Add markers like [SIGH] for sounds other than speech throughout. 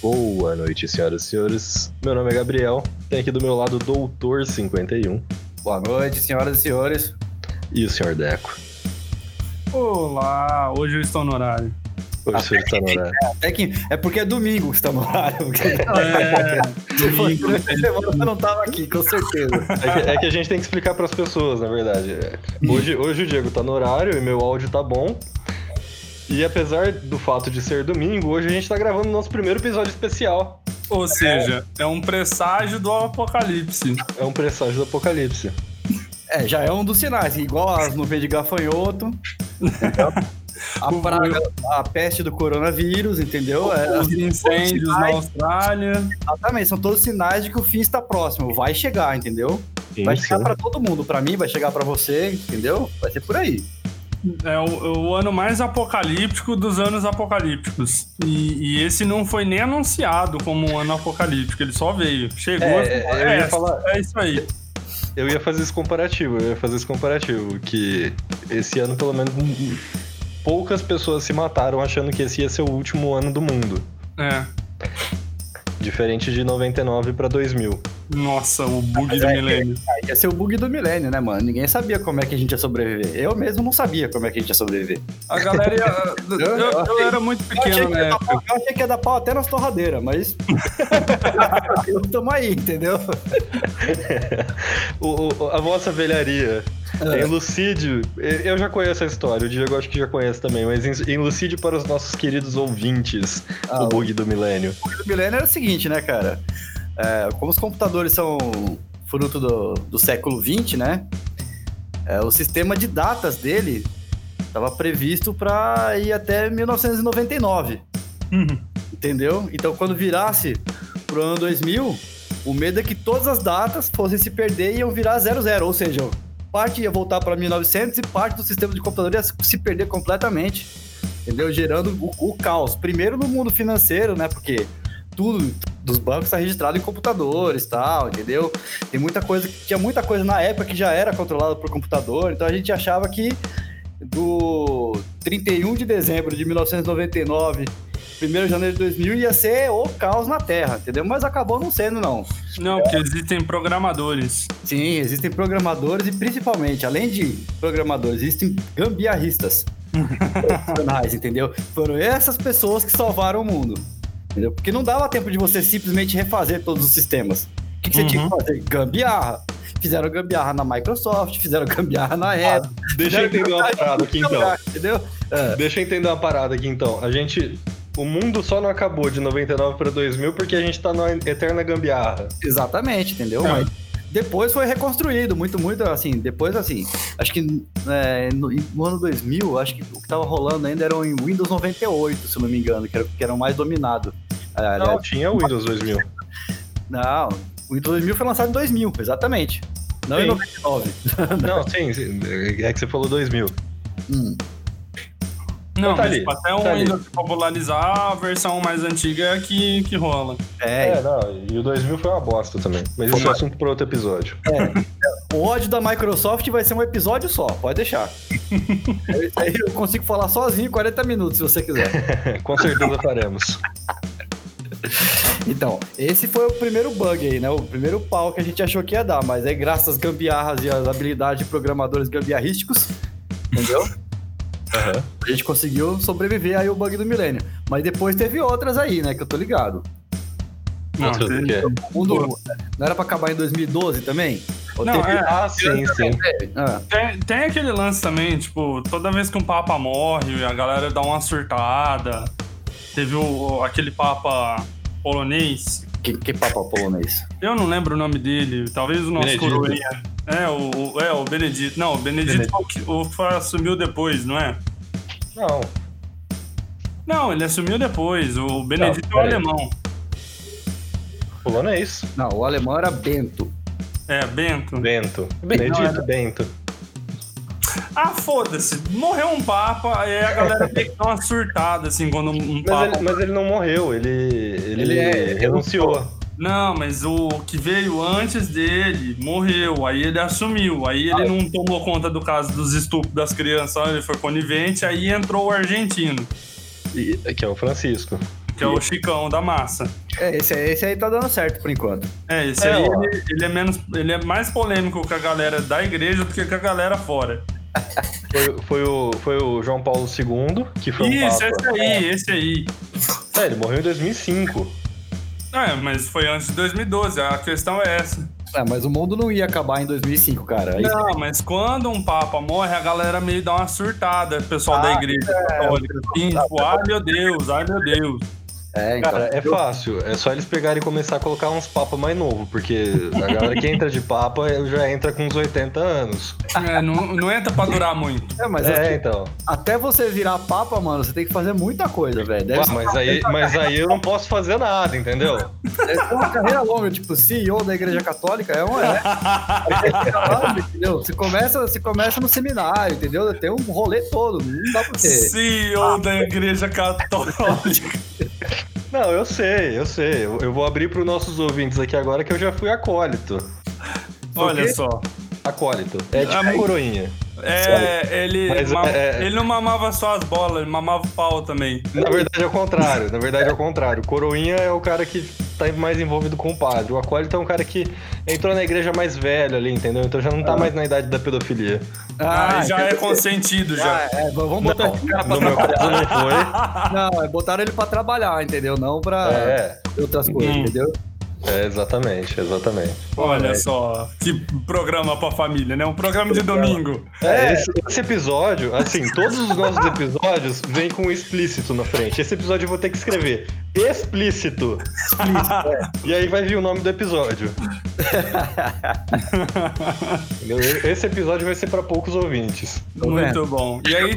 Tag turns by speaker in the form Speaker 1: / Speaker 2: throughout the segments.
Speaker 1: Boa noite, senhoras e senhores. Meu nome é Gabriel. Tem aqui do meu lado o Doutor 51
Speaker 2: Boa noite, senhoras e senhores.
Speaker 1: e o Senhor Deco.
Speaker 3: Olá, Ah, hoje eu estou no horário.
Speaker 1: Oi, senhor está no horário.
Speaker 2: Até que é porque é domingo que estamos lá. [LAUGHS]
Speaker 3: É,
Speaker 2: Se fosse
Speaker 3: domingo,
Speaker 2: durante a semana, eu não tava aqui, com certeza.
Speaker 1: É que, é que a gente tem que explicar pras pessoas, na verdade. Hoje, hoje o Diego tá no horário e meu áudio tá bom. E apesar do fato de ser domingo, hoje a gente tá gravando o nosso primeiro episódio especial.
Speaker 3: ou seja, é um presságio do apocalipse.
Speaker 1: É um presságio do apocalipse.
Speaker 2: É, já é um dos sinais, igual as nuvens de gafanhoto. entendeu? A
Speaker 3: O-
Speaker 2: praga, a peste do coronavírus, entendeu? É,
Speaker 3: Os incêndios na
Speaker 2: sinais.
Speaker 3: Austrália.
Speaker 2: exatamente, são todos sinais de que o fim está próximo. Vai chegar, entendeu? Vai chegar pra todo mundo, pra mim, vai chegar pra você, entendeu? Vai ser por aí.
Speaker 3: É o, o ano mais apocalíptico dos anos apocalípticos. E, e esse não foi nem anunciado como um ano apocalíptico, ele só veio. Chegou
Speaker 1: É,
Speaker 3: e falou,
Speaker 1: é, eu ia
Speaker 3: "É,
Speaker 1: falar-
Speaker 3: é isso aí.
Speaker 1: Eu ia fazer esse comparativo, eu ia fazer esse comparativo, que esse ano pelo menos hum, poucas pessoas se mataram achando que esse ia ser o último ano do mundo,
Speaker 3: É.
Speaker 1: diferente de 99 pra 2000.
Speaker 3: Nossa, o bug
Speaker 2: Mas
Speaker 3: do
Speaker 2: é-
Speaker 3: milênio.
Speaker 2: Aí ia ser o bug do milênio, né, mano? Ninguém sabia como é que a gente ia sobreviver. Eu mesmo não sabia como é que a gente ia sobreviver.
Speaker 3: A galera. ia- eu, eu
Speaker 2: achei-
Speaker 3: era muito
Speaker 2: Eu achei,
Speaker 3: pequeno,
Speaker 2: que ia
Speaker 3: né?
Speaker 2: dar pau, eu achei que ia dar pau até nas torradeiras, mas. Estamos aí, entendeu?
Speaker 1: O, o- a vossa velharia.
Speaker 2: É.
Speaker 1: Em Lucídio, e- eu já conheço a história, o Diego acho que já conhece também, mas em, em Lucídio para os nossos queridos ouvintes,
Speaker 2: Ah,
Speaker 1: o
Speaker 2: o
Speaker 1: bug
Speaker 2: bug
Speaker 1: do milênio.
Speaker 2: do milênio era o seguinte, né, cara? É, como os computadores são fruto do, do século XX, né? É, o sistema de datas dele estava previsto para ir até 1999.
Speaker 3: Uhum.
Speaker 2: Entendeu? Então, quando virasse pro ano 2000, o medo é que todas as datas fossem se perder e iam virar 00, ou seja, parte ia voltar para 1900 e parte do sistema de computador ia se perder completamente, entendeu? Gerando o, o caos. Primeiro no mundo financeiro, né? Porque tudo dos bancos está registrado em computadores, tal, entendeu? Tem muita coisa, tinha muita coisa na época que já era controlada por computador, então a gente achava que do 31 de dezembro de 1999 1 de janeiro de 2000 ia ser o caos na Terra, entendeu? Mas acabou não sendo, não.
Speaker 3: Não, porque existem programadores.
Speaker 2: Sim, existem programadores e principalmente, além de programadores, existem gambiarristas profissionais, entendeu? Foram essas pessoas que salvaram o mundo, entendeu? Porque não dava tempo de você simplesmente refazer todos os sistemas. O que, que você tinha que fazer? Gambiarra. Fizeram gambiarra na Microsoft, fizeram [LAUGHS] gambiarra na Apple.
Speaker 1: Deixa eu entender uma parada aqui então.
Speaker 2: Entendeu?
Speaker 1: Deixa eu entender uma parada aqui então. A gente. O mundo só não acabou de 99 pra 2000 porque a gente tá na eterna gambiarra.
Speaker 2: Exatamente, entendeu?
Speaker 3: É.
Speaker 2: Mas depois foi reconstruído, muito, muito assim. Depois, assim, acho que é, no, no ano 2000, acho que o que tava rolando ainda era em Windows 98, se eu não me engano, que era, que era o mais dominado. Ah,
Speaker 1: Não,
Speaker 2: aliás,
Speaker 1: tinha o Windows 2000.
Speaker 2: Não, o Windows 2000 foi lançado em 2000, exatamente. Não em
Speaker 1: Sim.
Speaker 2: 99.
Speaker 1: Não, sim, sim, é que você falou 2000.
Speaker 2: Hum,
Speaker 3: Não,
Speaker 1: tá
Speaker 3: mas
Speaker 1: ali,
Speaker 3: até um
Speaker 1: tá ali.
Speaker 3: ainda se popularizar, a versão mais antiga é que, que rola.
Speaker 2: é,
Speaker 1: É, não, e o 2000 foi uma bosta também. Mas isso é assunto para outro episódio.
Speaker 2: o ódio da Microsoft vai ser um episódio só, pode
Speaker 1: [LAUGHS]
Speaker 2: deixar. Isso aí eu consigo falar sozinho em 40 minutos, se você quiser.
Speaker 1: [LAUGHS] Com certeza faremos.
Speaker 2: Então, esse foi o primeiro bug aí, né? O primeiro pau que a gente achou que ia dar, mas é graças às gambiarras e às habilidades de programadores gambiarrísticos, entendeu?
Speaker 1: Aham.
Speaker 2: A gente conseguiu sobreviver aí o bug do milênio. Mas depois teve outras aí, né? Que eu tô ligado.
Speaker 3: Não,
Speaker 1: Outro
Speaker 3: tem-
Speaker 1: que é.
Speaker 2: O mundo não era pra acabar em 2012 também? Ou
Speaker 3: Não,
Speaker 2: teve-
Speaker 3: é.
Speaker 1: Ah, sim, sim.
Speaker 2: Ah,
Speaker 3: Tem, tem aquele lance também, tipo, toda vez que um papa morre, a galera dá uma surtada. Teve o, aquele papa polonês,
Speaker 2: que, que papo polonês?
Speaker 3: eu não lembro o nome dele, talvez o nosso
Speaker 1: Benedito.
Speaker 3: coroinha. É o, o- é, o Benedito. Não, o Benedito,
Speaker 1: Benedito.
Speaker 3: foi o que- O, que foi- assumiu depois, não é?
Speaker 1: Não,
Speaker 3: Não, ele assumiu depois. O Benedito é o
Speaker 1: Tá, peraí.
Speaker 3: alemão.
Speaker 1: polonês.
Speaker 2: Não, o alemão era Bento.
Speaker 3: É,
Speaker 1: Hum.
Speaker 3: Bento.
Speaker 1: Bento.
Speaker 2: Bem,
Speaker 1: Benedito
Speaker 3: não era.
Speaker 1: Bento.
Speaker 3: Ah, foda-se. Morreu um papa, aí a galera tem que dar uma surtada, assim, quando um
Speaker 1: Mas
Speaker 3: papa
Speaker 1: ele, mas ele não morreu, ele. Ele, um
Speaker 2: Ele é-
Speaker 1: renunciou.
Speaker 3: Não, mas o que veio antes dele morreu, aí ele assumiu, aí
Speaker 1: Ah.
Speaker 3: ele não tomou conta do caso dos estupros das crianças, ele foi conivente, aí entrou o argentino.
Speaker 1: E- que é o Francisco.
Speaker 3: que é o Chicão da massa.
Speaker 2: É, esse, aí- esse aí tá dando certo por enquanto.
Speaker 3: É, esse
Speaker 1: É,
Speaker 3: aí
Speaker 1: ó.
Speaker 3: ele, ele é menos, ele é mais polêmico com a galera da igreja do que com a galera fora.
Speaker 1: Foi, foi o, foi o João Paulo II, que foi um
Speaker 3: Isso,
Speaker 1: papa.
Speaker 3: esse aí, esse aí.
Speaker 1: É, ele morreu em 2005.
Speaker 3: É, mas foi antes de 2012, a questão é essa.
Speaker 2: Ah, mas o mundo não ia acabar em 2005, cara. Aí-
Speaker 3: Não, mas quando um papa morre, a galera meio dá uma surtada, o pessoal da
Speaker 2: Ah, Tá,
Speaker 3: igreja católica. Assim, tipo, ai meu Deus, ai meu Deus.
Speaker 2: É, então.
Speaker 1: Cara, é fácil. É só eles pegarem e começar a colocar uns papas mais novos, porque a galera que entra de papa já entra com uns 80 anos.
Speaker 3: É, não, não entra pra durar muito.
Speaker 2: É, mas
Speaker 1: é,
Speaker 2: acho que
Speaker 1: então.
Speaker 2: até você virar papa, mano, você tem que fazer muita coisa, velho. Deve,
Speaker 1: Ué,
Speaker 2: ser-
Speaker 1: mas,
Speaker 2: [LAUGHS]
Speaker 1: aí, mas aí eu não posso fazer nada, entendeu?
Speaker 2: deve ser uma carreira longa, tipo, CEO da igreja católica, é uma. É, Caralho, entendeu? Você começa, você começa no seminário, entendeu? Tem um rolê todo, não dá pra ter. Ah.
Speaker 3: CEO da
Speaker 2: [LAUGHS]
Speaker 3: igreja católica.
Speaker 1: Não, eu sei, eu sei. Eu, eu vou abrir para os nossos ouvintes aqui agora que eu já fui acólito.
Speaker 3: Olha
Speaker 2: quê?
Speaker 3: só.
Speaker 1: Acólito. É tipo
Speaker 3: Ah,
Speaker 1: coroinha.
Speaker 3: É, ele,
Speaker 1: Mas,
Speaker 3: ma-
Speaker 1: é-
Speaker 3: ele não mamava só as bolas, ele mamava o pau também.
Speaker 1: Na verdade é o contrário. Na verdade é o contrário. Coroinha é o cara que tá mais envolvido com o padre. O acólito é um cara que entrou na igreja mais velho ali, entendeu? Então já não
Speaker 2: Ah.
Speaker 1: tá mais na idade da pedofilia.
Speaker 3: Ah, já é
Speaker 2: entendeu?
Speaker 3: consentido já.
Speaker 2: Ah, é, vamos
Speaker 1: Não,
Speaker 2: botar esse cara pra
Speaker 1: no meu caso não [LAUGHS] foi.
Speaker 2: trabalhar. Não, é, botaram ele pra trabalhar, entendeu? Não pra
Speaker 1: Ah, É,
Speaker 2: outras coisas,
Speaker 3: Hum.
Speaker 2: entendeu?
Speaker 1: é, exatamente, exatamente.
Speaker 2: é.
Speaker 3: Olha só, que programa pra família, né? Um programa de domingo.
Speaker 1: É, esse, esse episódio, assim, todos os nossos episódios vêm com um explícito na frente. Esse episódio eu vou ter que escrever [LAUGHS] explícito. E aí vai vir o nome do [LAUGHS] episódio. Entendeu? Esse episódio vai ser pra poucos ouvintes.
Speaker 2: Tô
Speaker 3: Muito
Speaker 2: vendo.
Speaker 3: bom. E aí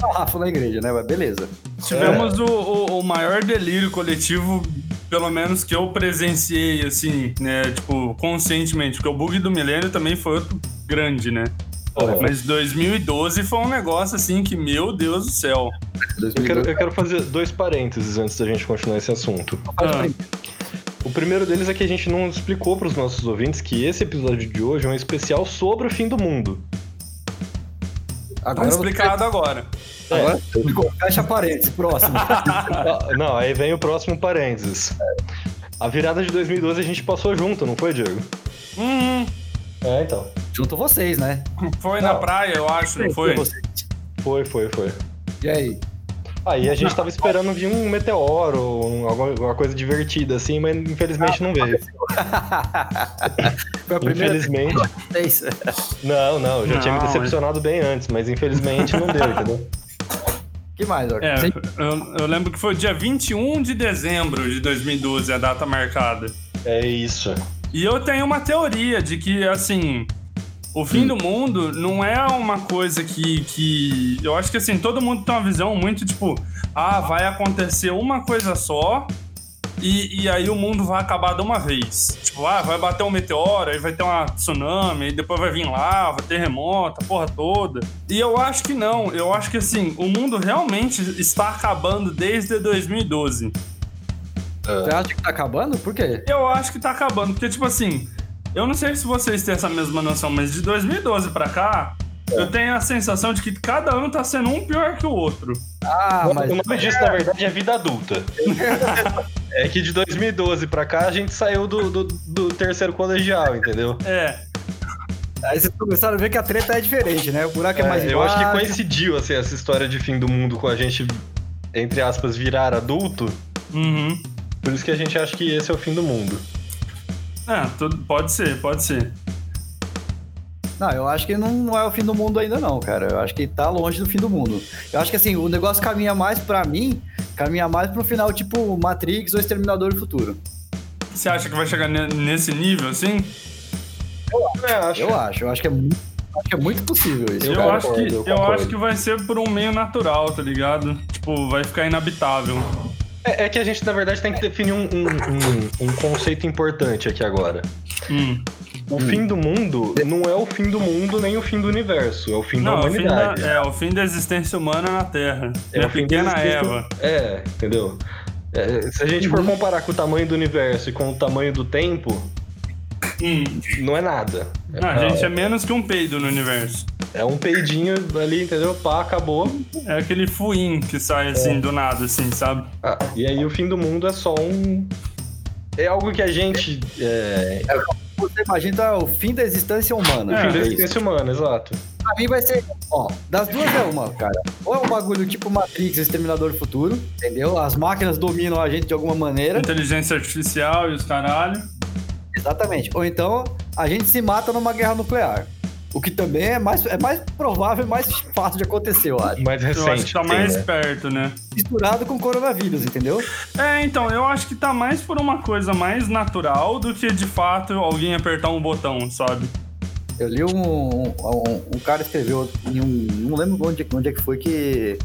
Speaker 2: Sarrafo na igreja, né? Mas beleza.
Speaker 3: tivemos o, o- o maior delírio coletivo, pelo menos que eu presenciei, assim, né? Tipo, conscientemente, porque o bug do milênio também foi outro grande, né?
Speaker 1: Tá É.
Speaker 3: Mas 2012 foi um negócio assim que, meu Deus do céu.
Speaker 1: Eu quero, eu quero fazer dois parênteses antes da gente continuar esse assunto.
Speaker 3: Ah,
Speaker 1: O primeiro deles é que a gente não explicou pros nossos ouvintes que esse episódio de hoje é um especial sobre o fim do mundo.
Speaker 3: tá
Speaker 2: Agora você
Speaker 3: explicado agora.
Speaker 2: Agora, ficou- fecha parênteses, próximo.
Speaker 1: Ah, Não, aí vem o próximo parênteses. A virada de 2012 a gente passou junto, não foi, Diego?
Speaker 3: Hum,
Speaker 1: É, então.
Speaker 2: Junto vocês, né?
Speaker 3: foi na
Speaker 1: Não.
Speaker 3: praia, eu acho, não foi?
Speaker 2: Vocês.
Speaker 1: Foi, foi, foi.
Speaker 2: E aí?
Speaker 1: Aí a gente tava esperando vir um meteoro, um- alguma alguma coisa divertida assim, mas infelizmente não veio.
Speaker 2: [LAUGHS] Foi a primeira vez
Speaker 1: Infelizmente.
Speaker 2: que vocês.
Speaker 1: Não, não, eu já tinha me
Speaker 3: Não, é.
Speaker 1: decepcionado bem antes, mas infelizmente não [LAUGHS] deu, entendeu?
Speaker 2: que mais, Orca?
Speaker 3: É,
Speaker 2: Sem-
Speaker 3: eu, eu lembro que foi dia 21 de dezembro de 2012 a data marcada.
Speaker 1: É isso.
Speaker 3: E eu tenho uma teoria de que, assim, o fim do mundo não é uma coisa que, que. Eu acho que, assim, todo mundo tem uma visão muito tipo, ah, vai acontecer uma coisa só. E, e aí o mundo vai acabar de uma vez. Tipo, ah, vai bater um meteoro, aí vai ter uma tsunami, aí depois vai vir lava, terremoto, a porra toda. E eu acho que não. Eu acho que assim, o mundo realmente está acabando desde 2012.
Speaker 2: Você acha que tá acabando? Por quê?
Speaker 3: Eu acho que tá acabando, porque, tipo assim, eu não sei se vocês têm essa mesma noção, mas de 2012 pra cá,
Speaker 1: É.
Speaker 3: eu tenho a sensação de que cada ano tá sendo um pior que o outro.
Speaker 2: Ah, mas.
Speaker 1: o nome disso, na verdade, é vida
Speaker 2: [LAUGHS]
Speaker 1: adulta. É que de 2012 pra cá a gente saiu do, do, do terceiro colegial, entendeu?
Speaker 3: É,
Speaker 2: Aí vocês começaram a ver que a treta é diferente, né? O buraco é, mais
Speaker 1: É, eu acho que
Speaker 2: embaixo.
Speaker 1: coincidiu assim, essa história de fim do mundo com a gente, entre aspas, virar adulto.
Speaker 3: uhum.
Speaker 1: Por isso que a gente acha que esse é o fim do mundo.
Speaker 3: É, tudo, pode ser, pode ser.
Speaker 2: Não, eu acho que não, não é o fim do mundo ainda não, cara. Eu acho que tá longe do fim do mundo. Eu acho que assim, o negócio caminha mais pra mim, caminha mais pro final tipo Matrix ou Exterminador do Futuro.
Speaker 3: Você acha que vai chegar ne- nesse nível, assim?
Speaker 1: É, acho.
Speaker 2: Eu acho, eu acho que é muito, acho que é muito possível isso.
Speaker 1: Eu
Speaker 3: Eu,
Speaker 1: concordo,
Speaker 3: acho que,
Speaker 1: eu
Speaker 3: eu,
Speaker 1: concordo.
Speaker 3: acho que vai ser por um meio natural, tá ligado? Tipo, vai ficar inabitável.
Speaker 1: É, é que a gente, na verdade, tem que definir um, um- um- um conceito importante aqui agora.
Speaker 3: Hum.
Speaker 1: O fim do mundo não é o fim do mundo nem o fim do universo, é o fim
Speaker 3: Não,
Speaker 1: da
Speaker 3: é o fim da,
Speaker 1: humanidade.
Speaker 3: é o fim da existência humana na Terra.
Speaker 1: É
Speaker 3: É a
Speaker 1: o fim da
Speaker 3: pequena
Speaker 1: existência-
Speaker 3: Eva.
Speaker 1: É, entendeu? É, se a gente
Speaker 3: Uhum.
Speaker 1: for comparar com o tamanho do universo e com o tamanho do tempo,
Speaker 3: Hum.
Speaker 1: não é nada.
Speaker 3: é Não, a gente é menos que um peido no universo.
Speaker 1: É um peidinho ali, entendeu? Pá, acabou.
Speaker 3: É aquele fuim que sai assim do nada, assim, sabe?
Speaker 1: Ah, e aí o fim do mundo é só um. É algo que a gente. É,
Speaker 2: Você imagina o fim da existência humana.
Speaker 1: o
Speaker 3: É,
Speaker 1: fim da
Speaker 2: isso.
Speaker 1: existência humana, exato.
Speaker 2: Pra mim vai ser, ó, das duas é uma, cara. Ou é um bagulho tipo Matrix, Exterminador do Futuro, entendeu? As máquinas dominam a gente de alguma maneira.
Speaker 3: Inteligência artificial e os caralho.
Speaker 2: Exatamente. Ou então a gente se mata numa guerra nuclear. O que também é mais, é mais provável e mais fácil de acontecer, eu acho.
Speaker 1: Mais recente.
Speaker 3: eu acho que tá
Speaker 1: sim,
Speaker 3: mais
Speaker 1: né?
Speaker 3: perto, né?
Speaker 2: Misturado com coronavírus, entendeu?
Speaker 3: É, então, eu acho que tá mais por uma coisa mais natural do que de fato alguém apertar um botão, sabe?
Speaker 2: Eu li um. Um, um- um cara escreveu em um. Não lembro onde, onde é que foi que.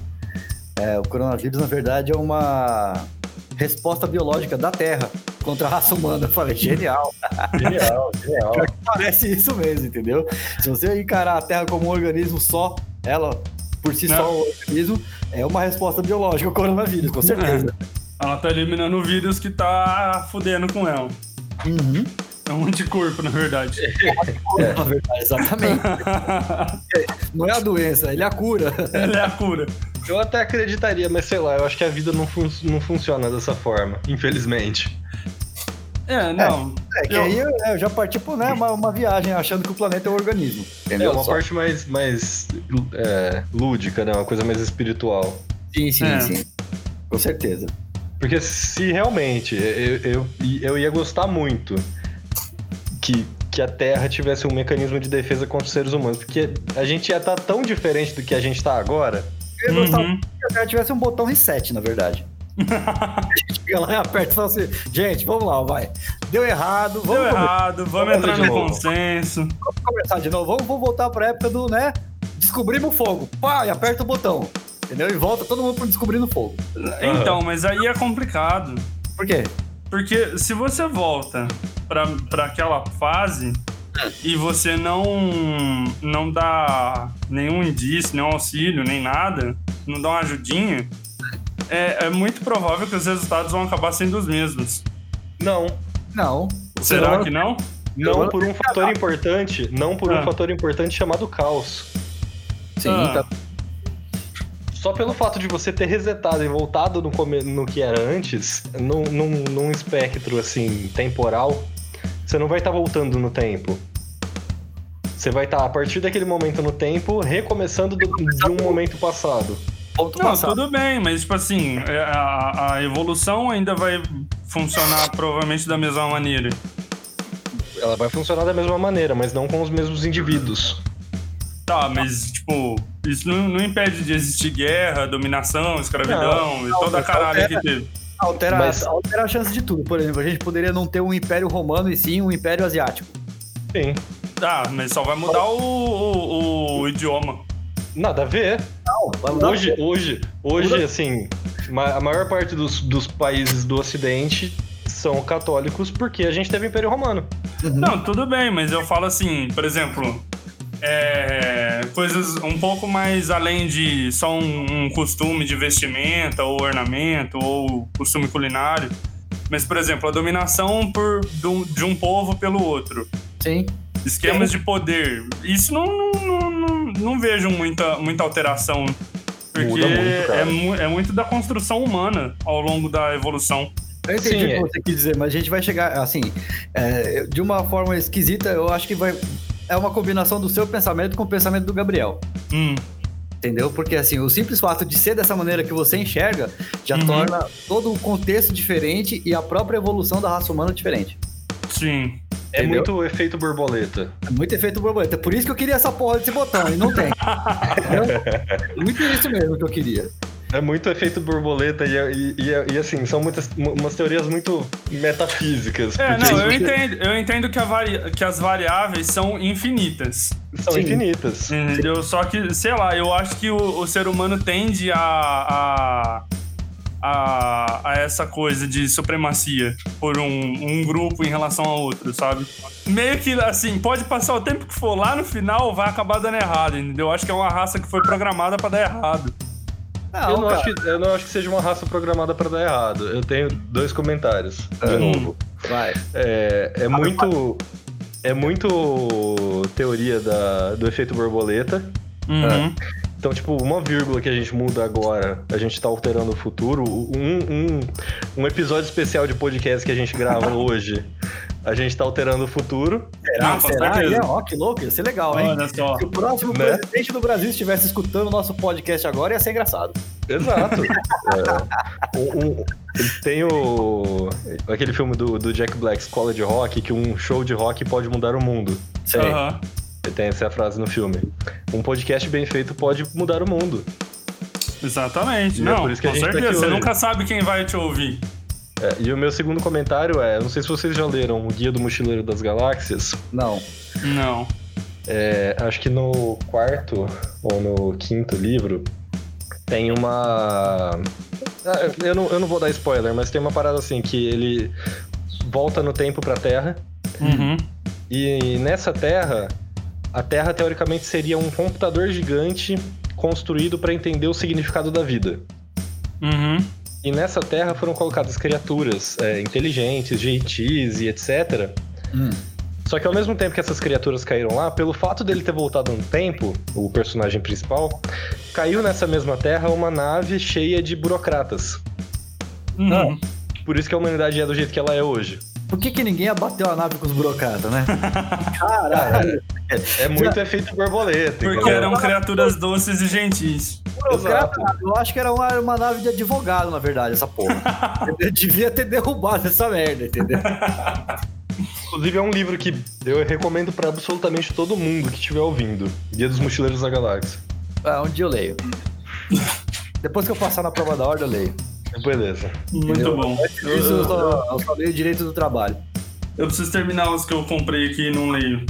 Speaker 2: é, o coronavírus, na verdade, é uma resposta biológica da Terra contra a raça humana. Eu falei, genial.
Speaker 1: né? Genial, genial.
Speaker 2: Parece isso mesmo, entendeu? Se você encarar a Terra como um organismo só, ela por si
Speaker 3: Né?
Speaker 2: só é um organismo, é uma resposta biológica ao coronavírus, com certeza.
Speaker 3: Ela tá eliminando o vírus que tá fudendo com ela.
Speaker 2: Uhum.
Speaker 3: É um anticorpo, na verdade.
Speaker 2: É, Na verdade, exatamente. Não é a doença, ele é a cura.
Speaker 3: Ela é a cura.
Speaker 1: Eu até acreditaria, mas sei lá, eu acho que a vida não, fun- não funciona dessa forma, infelizmente.
Speaker 3: É, não.
Speaker 2: É que
Speaker 3: Eu-
Speaker 2: aí eu, eu já parti por né, uma, uma viagem achando que o planeta é um organismo.
Speaker 1: É
Speaker 2: Entendeu?
Speaker 1: uma
Speaker 2: Só-
Speaker 1: parte mais, mais é, lúdica, né? Uma coisa mais espiritual.
Speaker 2: Sim, sim,
Speaker 3: É.
Speaker 2: sim. Com certeza.
Speaker 1: Porque se realmente eu, eu, eu ia gostar muito que, que a Terra tivesse um mecanismo de defesa contra os seres humanos, porque a gente ia estar tão diferente do que a gente está agora.
Speaker 2: Eu ia gostar
Speaker 3: Uhum.
Speaker 2: que a Terra tivesse um botão reset, na
Speaker 3: [LAUGHS]
Speaker 2: verdade. A gente chega lá e aperta e fala assim, gente, vamos lá, vai. Deu errado, vamos
Speaker 3: Deu
Speaker 2: começar.
Speaker 3: errado, vamos
Speaker 1: Vamos
Speaker 3: entrar
Speaker 1: de
Speaker 3: no
Speaker 1: novo.
Speaker 3: consenso.
Speaker 2: começar de novo. Vamos, vamos voltar pra época do, né? Descobrimos o fogo. Pá, e aperta o botão. Entendeu? E volta todo mundo pro descobrindo o fogo.
Speaker 3: Então, mas aí é complicado.
Speaker 2: Por quê?
Speaker 3: Porque se você volta pra, pra aquela fase e você não, não dá nenhum indício, nenhum auxílio, nem nada, não dá uma ajudinha, é, é muito provável que os resultados vão acabar sendo os mesmos.
Speaker 1: Não.
Speaker 2: Não.
Speaker 3: Será
Speaker 2: Não.
Speaker 3: que não?
Speaker 1: Não por um fator importante, não por um
Speaker 3: Ah.
Speaker 1: fator importante chamado caos.
Speaker 2: Sim,
Speaker 3: Ah.
Speaker 2: tá.
Speaker 1: Só pelo fato de você ter resetado e voltado no, come- no que era antes, num, num, num espectro assim, temporal, você não vai estar voltando no tempo. Você vai estar a partir daquele momento no tempo, recomeçando do- de um momento passado.
Speaker 2: Ponto
Speaker 3: Não,
Speaker 2: passado.
Speaker 3: tudo bem, mas tipo assim, é, a, a evolução ainda vai funcionar provavelmente da mesma maneira.
Speaker 1: Ela vai funcionar da mesma maneira, mas não com os mesmos indivíduos.
Speaker 3: Tá, mas tipo, isso não, não impede de existir guerra, dominação, escravidão e toda a
Speaker 2: mas
Speaker 3: caralho que
Speaker 2: altera-
Speaker 3: teve.
Speaker 2: Altera,
Speaker 1: Mas-
Speaker 2: altera a chance de tudo. Por exemplo, a gente poderia não ter um império romano e sim um império asiático.
Speaker 1: Sim.
Speaker 3: Tá, mas só vai mudar o, o- o idioma.
Speaker 1: Nada a ver.
Speaker 2: Não, vai mudar
Speaker 1: Hoje, hoje, hoje,
Speaker 2: Muda-
Speaker 1: assim, ma- a maior parte dos, dos países do Ocidente são católicos porque a gente teve o Império Romano.
Speaker 3: Não, tudo bem, mas eu falo assim, por exemplo, é, coisas um pouco mais além de só um, um costume de vestimenta ou ornamento ou costume culinário. Mas, por exemplo, a dominação por, do- de um povo pelo outro.
Speaker 2: Sim.
Speaker 3: Esquemas de poder. Isso não, não, não, não- não vejo muita, muita alteração. Porque
Speaker 1: Muda muito, cara.
Speaker 3: é, mu- é muito da construção humana ao longo da evolução.
Speaker 2: Eu entendi
Speaker 1: Sim,
Speaker 2: o que
Speaker 1: é.
Speaker 2: você quis dizer, mas a gente vai chegar, assim, é, de uma forma esquisita, eu acho que vai. É uma combinação do seu pensamento com o pensamento do Gabriel.
Speaker 3: Hum.
Speaker 2: Entendeu? Porque assim, o simples fato de ser dessa maneira que você enxerga já
Speaker 3: Uhum.
Speaker 2: torna todo o contexto diferente e a própria evolução da raça humana diferente.
Speaker 3: Sim.
Speaker 1: É
Speaker 2: Entendeu?
Speaker 1: muito efeito borboleta.
Speaker 2: É muito efeito borboleta. Por isso que eu queria essa porra desse botão e
Speaker 3: [LAUGHS]
Speaker 2: não tem. Entendeu? muito isso mesmo que eu queria.
Speaker 1: É muito efeito borboleta e, e- e- e, assim, são muitas, mu- umas teorias muito metafísicas.
Speaker 3: É,
Speaker 1: porque
Speaker 3: não, eu entendo, eu entendo que, a vari- que as variáveis são infinitas.
Speaker 1: são
Speaker 2: Sim.
Speaker 1: infinitas.
Speaker 3: Entendeu? Só que, sei lá, eu acho que o, o ser humano tende a. a... A, a essa coisa de supremacia por um, um grupo em relação a outro, sabe? Meio que assim, pode passar o tempo que for lá no final, vai acabar dando errado, entendeu? Eu acho que é uma raça que foi programada pra dar errado.
Speaker 2: Não,
Speaker 1: eu, não
Speaker 2: Ah, cara.
Speaker 1: acho que, eu não acho que seja uma raça programada pra dar errado. Eu tenho dois comentários, de
Speaker 3: Hum.
Speaker 1: novo.
Speaker 2: Vai.
Speaker 1: É, é muito. é muito teoria da, do efeito borboleta.
Speaker 3: Uhum.
Speaker 1: Então, tipo, uma vírgula que a gente muda agora, a gente tá alterando o futuro. Um, um, um episódio especial de podcast que a gente grava hoje, a gente tá alterando o futuro.
Speaker 2: Será?
Speaker 3: Não, com
Speaker 2: será?
Speaker 3: certeza.
Speaker 2: É, ó, que louco, ia ser legal, hein?
Speaker 3: Olha só.
Speaker 2: Se o próximo
Speaker 1: Né?
Speaker 2: presidente do Brasil estivesse escutando o nosso podcast agora, ia ser engraçado.
Speaker 1: Exato. É, um- um- tem o. aquele filme do, do Jack Black, Escola de Rock, que um show de rock pode mudar o mundo. Tem,
Speaker 3: Aham.
Speaker 1: tem essa frase no filme. Um podcast bem feito pode mudar o mundo.
Speaker 3: Exatamente.
Speaker 1: E é
Speaker 3: Não,
Speaker 1: por isso que a
Speaker 3: com
Speaker 1: gente tá
Speaker 3: certeza.
Speaker 1: aqui
Speaker 3: Você
Speaker 1: hoje.
Speaker 3: nunca sabe quem vai te ouvir.
Speaker 1: É, e o meu segundo comentário é: eu não sei se vocês já leram O Guia do Mochileiro das Galáxias.
Speaker 2: Não.
Speaker 3: Não.
Speaker 1: É, acho que no quarto ou no quinto livro tem uma. Ah, Eu não, eu não vou dar spoiler, mas tem uma parada assim que ele volta no tempo pra Terra
Speaker 3: Uhum.
Speaker 1: E nessa Terra, a Terra teoricamente seria um computador gigante construído para entender o significado da vida.
Speaker 3: Uhum.
Speaker 1: E nessa Terra foram colocadas criaturas é, inteligentes, gentis e etc. Só que ao mesmo tempo que essas criaturas caíram lá, pelo fato dele ter voltado no tempo, o personagem principal, caiu nessa mesma Terra uma nave cheia de burocratas.
Speaker 3: Uhum.
Speaker 2: Não.
Speaker 1: Por isso que a humanidade é do jeito que ela é hoje.
Speaker 2: Por que, que ninguém abateu a nave com os burocratas,
Speaker 3: [LAUGHS]
Speaker 2: né? Caralho,
Speaker 1: É muito efeito borboleta.
Speaker 3: Porque
Speaker 1: entendeu?
Speaker 3: eram criaturas doces e gentis.
Speaker 2: burocrata,
Speaker 1: Exato.
Speaker 2: eu acho que era uma, uma nave de advogado, na verdade, essa porra. Eu devia ter derrubado essa merda, entendeu?
Speaker 1: Inclusive, é um livro que eu recomendo pra absolutamente todo mundo que estiver ouvindo. Guia dos Mochileiros da Galáxia.
Speaker 2: Ah, um dia eu leio. Depois que eu passar na prova da ordem, eu leio.
Speaker 1: Beleza.
Speaker 3: Muito
Speaker 2: Entendeu?
Speaker 3: bom.
Speaker 2: Isso eu só, eu só leio direito do trabalho.
Speaker 3: Eu preciso terminar os que eu comprei aqui e não leio.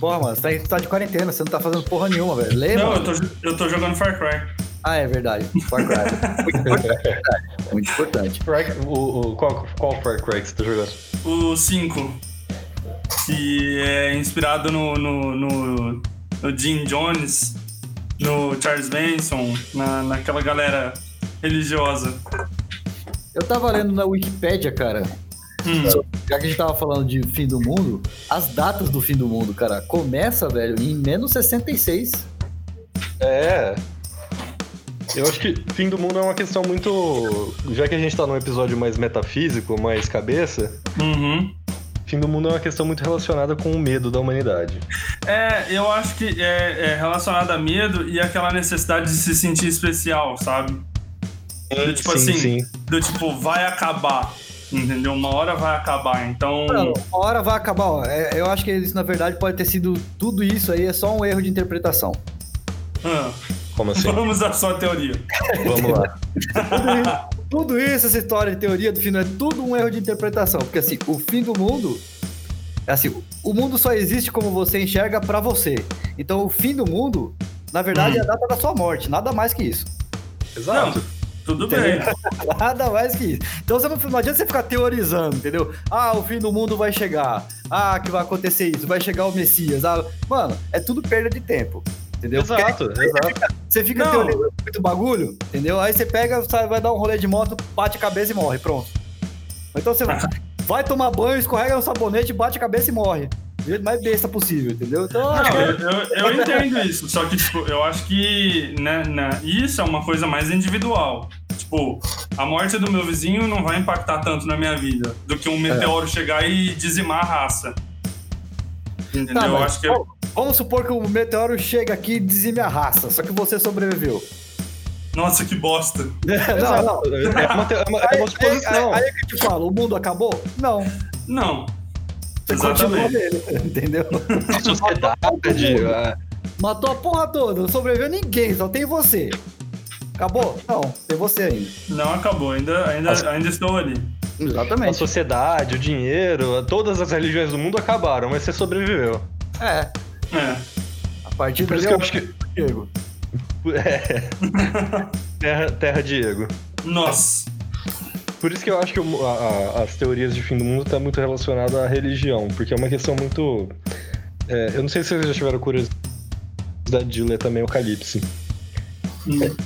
Speaker 2: Porra, mano, você tá, você tá de quarentena, você não tá fazendo porra nenhuma, velho. Leia,
Speaker 3: Não,
Speaker 2: mano.
Speaker 3: eu tô, eu tô jogando Far Cry.
Speaker 2: Ah, é verdade. Far Cry. Muito importante. Muito importante.
Speaker 1: Far- o, o- qual, qual Far Cry que você tá jogando?
Speaker 3: O 5. Que é inspirado no, no, no, no Jim Jones, no Charles Manson, na, naquela galera religiosa.
Speaker 2: Eu tava lendo na Wikipédia, cara,
Speaker 3: Hum.
Speaker 2: já que a gente tava falando de fim do mundo, as datas do fim do mundo, cara, começa, velho, em menos 66.
Speaker 1: É. Eu acho que fim do mundo é uma questão muito. Já que a gente tá num episódio mais metafísico, mais cabeça,
Speaker 3: Uhum.
Speaker 1: fim do mundo é uma questão muito relacionada com o medo da humanidade.
Speaker 3: É, eu acho que é, é relacionado a medo e aquela necessidade de se sentir especial, sabe? Do tipo
Speaker 1: sim,
Speaker 3: assim,
Speaker 1: sim.
Speaker 3: do tipo, vai acabar. Entendeu? Uma hora vai acabar. Então.
Speaker 2: Mano, uma hora vai acabar, ó. É, Eu acho que isso, na verdade, pode ter sido tudo isso aí, é só um erro de interpretação.
Speaker 3: ah,
Speaker 1: Como assim?
Speaker 3: vamos à sua teoria.
Speaker 1: Vamos lá.
Speaker 2: Tudo isso, tudo isso, essa história de teoria do fim do mundo, é tudo um erro de interpretação. Porque assim, o fim do mundo. é Assim, o mundo só existe como você enxerga pra você. Então o fim do mundo, na verdade, é a data da sua morte, nada mais que isso. [LAUGHS]
Speaker 1: Exato.
Speaker 3: Tudo
Speaker 2: Entendeu?
Speaker 3: bem.
Speaker 2: Nada mais que isso. Então você não, não adianta você ficar teorizando, entendeu? Ah, o fim do mundo vai chegar. Ah, que vai acontecer isso, vai chegar o Messias. Ah, mano, é tudo perda de tempo. Entendeu?
Speaker 1: Exato, exato.
Speaker 2: Você fica
Speaker 3: Não.
Speaker 2: teorizando muito bagulho, entendeu? Aí você pega, sai, vai dar um rolê de moto, bate a cabeça e morre, pronto. Então você
Speaker 3: [LAUGHS]
Speaker 2: vai- vai tomar banho, escorrega no sabonete, bate a cabeça e morre. Do jeito mais besta possível, entendeu? Então, acho
Speaker 3: Não,
Speaker 2: que-
Speaker 3: eu, eu- eu entendo isso, só que tipo, eu acho que né, né, isso é uma coisa mais individual. Tipo, a morte do meu vizinho não vai impactar tanto na minha vida do que um meteoro chegar e dizimar a raça. Entendeu?
Speaker 2: Tá,
Speaker 3: eu
Speaker 2: mas
Speaker 3: acho que. é,
Speaker 2: Vamos supor que o meteoro chega aqui e dizime a raça, só que você
Speaker 3: [LAUGHS]
Speaker 2: sobreviveu.
Speaker 3: Nossa, que bosta.
Speaker 2: não, não.
Speaker 1: É uma, te- é uma, é uma suposição.
Speaker 2: Aí, aí, aí é que eu te falo, o mundo acabou? Não.
Speaker 3: Não.
Speaker 2: Você continua
Speaker 3: Exatamente.
Speaker 2: nele, [LAUGHS] entendeu?
Speaker 1: A sociedade, a-
Speaker 2: Matou a porra toda, não sobreviveu ninguém, só tem você. Acabou? Não, tem você ainda.
Speaker 3: Não acabou, ainda, ainda, ainda estou ali.
Speaker 1: a
Speaker 2: Exatamente.
Speaker 1: sociedade, o dinheiro, todas as religiões do mundo acabaram, mas você sobreviveu.
Speaker 2: É,
Speaker 3: É.
Speaker 2: a partir
Speaker 1: Por
Speaker 2: dali
Speaker 1: isso que eu acho que.
Speaker 2: Diego.
Speaker 1: [LAUGHS] É. terra, terra Diego.
Speaker 3: Nossa.
Speaker 1: Por isso que eu acho que o- a- a- as teorias de fim do mundo tá muito relacionada à religião, porque é uma questão muito. é, eu não sei se vocês já tiveram curiosidade de ler também o Calypso.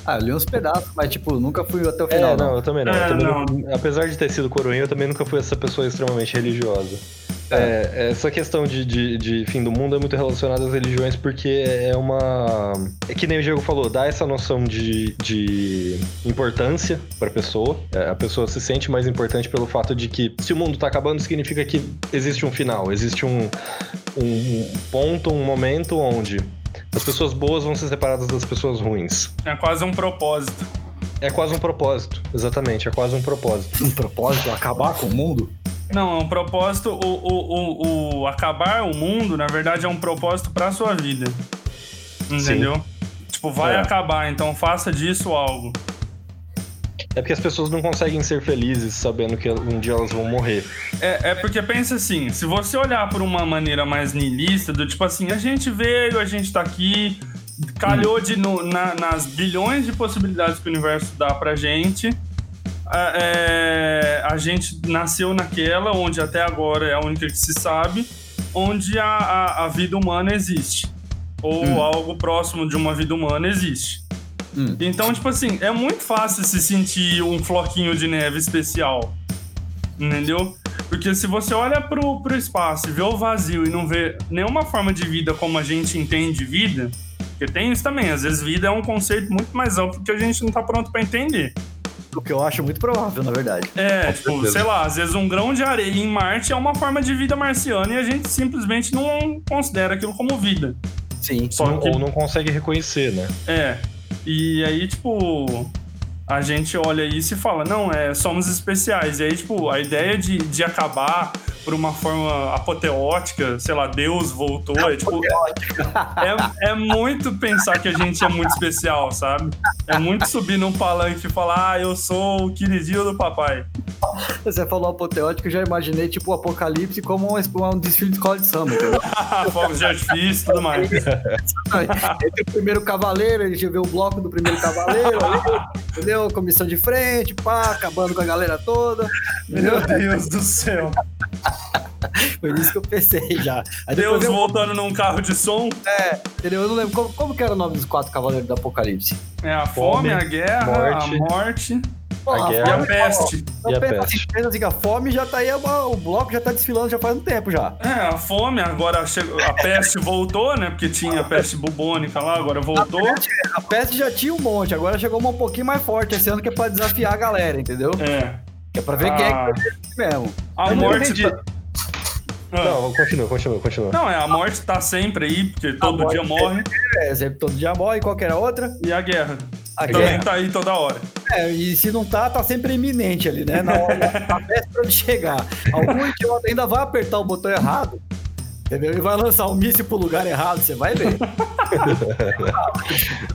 Speaker 2: Ah, eu li uns pedaços, mas tipo, nunca fui até o
Speaker 1: É,
Speaker 2: final.
Speaker 1: não, eu também não. eu
Speaker 3: É,
Speaker 1: também não- Apesar de ter sido coroinha, eu também nunca fui essa pessoa extremamente religiosa. É, essa questão de, de, de fim do mundo é muito relacionada às religiões, porque é uma. É que nem o Diego falou, dá essa noção de, de importância pra pessoa. É, a pessoa se sente mais importante pelo fato de que se o mundo tá acabando, significa que existe um final, existe um, um ponto, um momento onde as pessoas boas vão ser separadas das pessoas ruins.
Speaker 3: É quase um propósito.
Speaker 1: É quase um propósito, exatamente, é quase um propósito.
Speaker 2: Um propósito, acabar com o mundo?
Speaker 3: Não, é um propósito. O, o, o, o acabar o mundo, na verdade, é um propósito pra sua vida. Entendeu? Tipo, vai
Speaker 1: É.
Speaker 3: acabar, então faça disso algo.
Speaker 1: É porque as pessoas não conseguem ser felizes sabendo que um dia elas vão morrer.
Speaker 3: É, é porque pensa assim, se você olhar por uma maneira mais niilista, do tipo assim, a gente veio, a gente tá aqui, calhou de no- na- nas bilhões de possibilidades que o universo dá pra gente. A, é, a gente nasceu naquela, onde até agora é a única que se sabe, onde a, a- a vida humana existe. Ou
Speaker 2: Hum.
Speaker 3: algo próximo de uma vida humana existe.
Speaker 2: Hum.
Speaker 3: Então, tipo assim, é muito fácil se sentir um floquinho de neve especial. Entendeu? Porque se você olha pro, pro espaço e vê o vazio e não vê nenhuma forma de vida como a gente entende vida, porque tem isso também, às vezes vida é um conceito muito mais amplo que a gente não tá pronto pra entender.
Speaker 2: O que eu acho muito provável, na verdade.
Speaker 3: É,
Speaker 1: Com
Speaker 3: tipo,
Speaker 1: certeza.
Speaker 3: sei lá, às vezes um grão de areia em Marte é uma forma de vida marciana e a gente simplesmente não considera aquilo como vida.
Speaker 2: Sim.
Speaker 3: Só
Speaker 1: Não-
Speaker 3: que
Speaker 1: Ou não consegue reconhecer, né?
Speaker 3: É. E aí, tipo, a gente olha isso e fala, não, é, somos especiais. E aí, tipo, a ideia de, de acabar por uma forma apoteótica, sei lá, Deus voltou, é tipo. É, é muito pensar que a gente é muito especial, sabe? É muito subir num palanque e falar, ah, eu sou o queridinho do papai.
Speaker 2: Você falou apoteótico, eu já imaginei, tipo, o apocalipse como um, um desfile de escola de samba. entendeu?
Speaker 3: Ah, Fogos de artifício e tudo mais.
Speaker 2: Entre o primeiro cavaleiro, a gente vê o bloco do primeiro cavaleiro, ali, entendeu? Comissão de frente, pá, acabando com a galera toda. Entendeu?
Speaker 3: Meu Deus do céu.
Speaker 2: Foi nisso que eu pensei já. Aí depois
Speaker 3: Deus
Speaker 2: eu,
Speaker 3: voltando num carro de som.
Speaker 2: entendeu? eu não lembro como, como que era o nome dos quatro cavaleiros do apocalipse.
Speaker 3: É a fome,
Speaker 1: Fome,
Speaker 3: a guerra,
Speaker 1: morte.
Speaker 3: a morte
Speaker 2: Pô,
Speaker 1: A
Speaker 3: e
Speaker 1: guerra.
Speaker 3: a peste.
Speaker 2: Então
Speaker 1: E a
Speaker 2: pensa
Speaker 1: peste?
Speaker 2: assim, pensa assim, que a fome já tá aí, a- o bloco já tá desfilando já faz um tempo já.
Speaker 3: É, a fome, agora chegou, a peste voltou, né? Porque tinha a peste bubônica lá, agora voltou.
Speaker 1: Ah,
Speaker 2: A peste já tinha um monte, agora chegou uma um pouquinho mais forte esse ano que é pra desafiar a galera, entendeu?
Speaker 3: É.
Speaker 2: Que é pra ver quem é que
Speaker 3: A,
Speaker 2: vai vencer mesmo.
Speaker 3: a
Speaker 1: Eu não
Speaker 3: morte.
Speaker 1: entendi.
Speaker 3: Tá... Ah, não.
Speaker 1: Não, continua, continua, continua.
Speaker 3: é, a morte tá sempre aí, porque todo
Speaker 2: morte
Speaker 3: dia morre.
Speaker 2: É, sempre todo dia morre, qualquer outra.
Speaker 3: E a guerra.
Speaker 2: A
Speaker 3: Também
Speaker 2: guerra.
Speaker 3: tá aí toda hora.
Speaker 2: É, e se não tá, tá sempre iminente ali, né? Na hora da véspera de chegar. Algum idiota ainda vai apertar o botão errado, entendeu? E vai lançar um míssil pro lugar errado, você vai ver.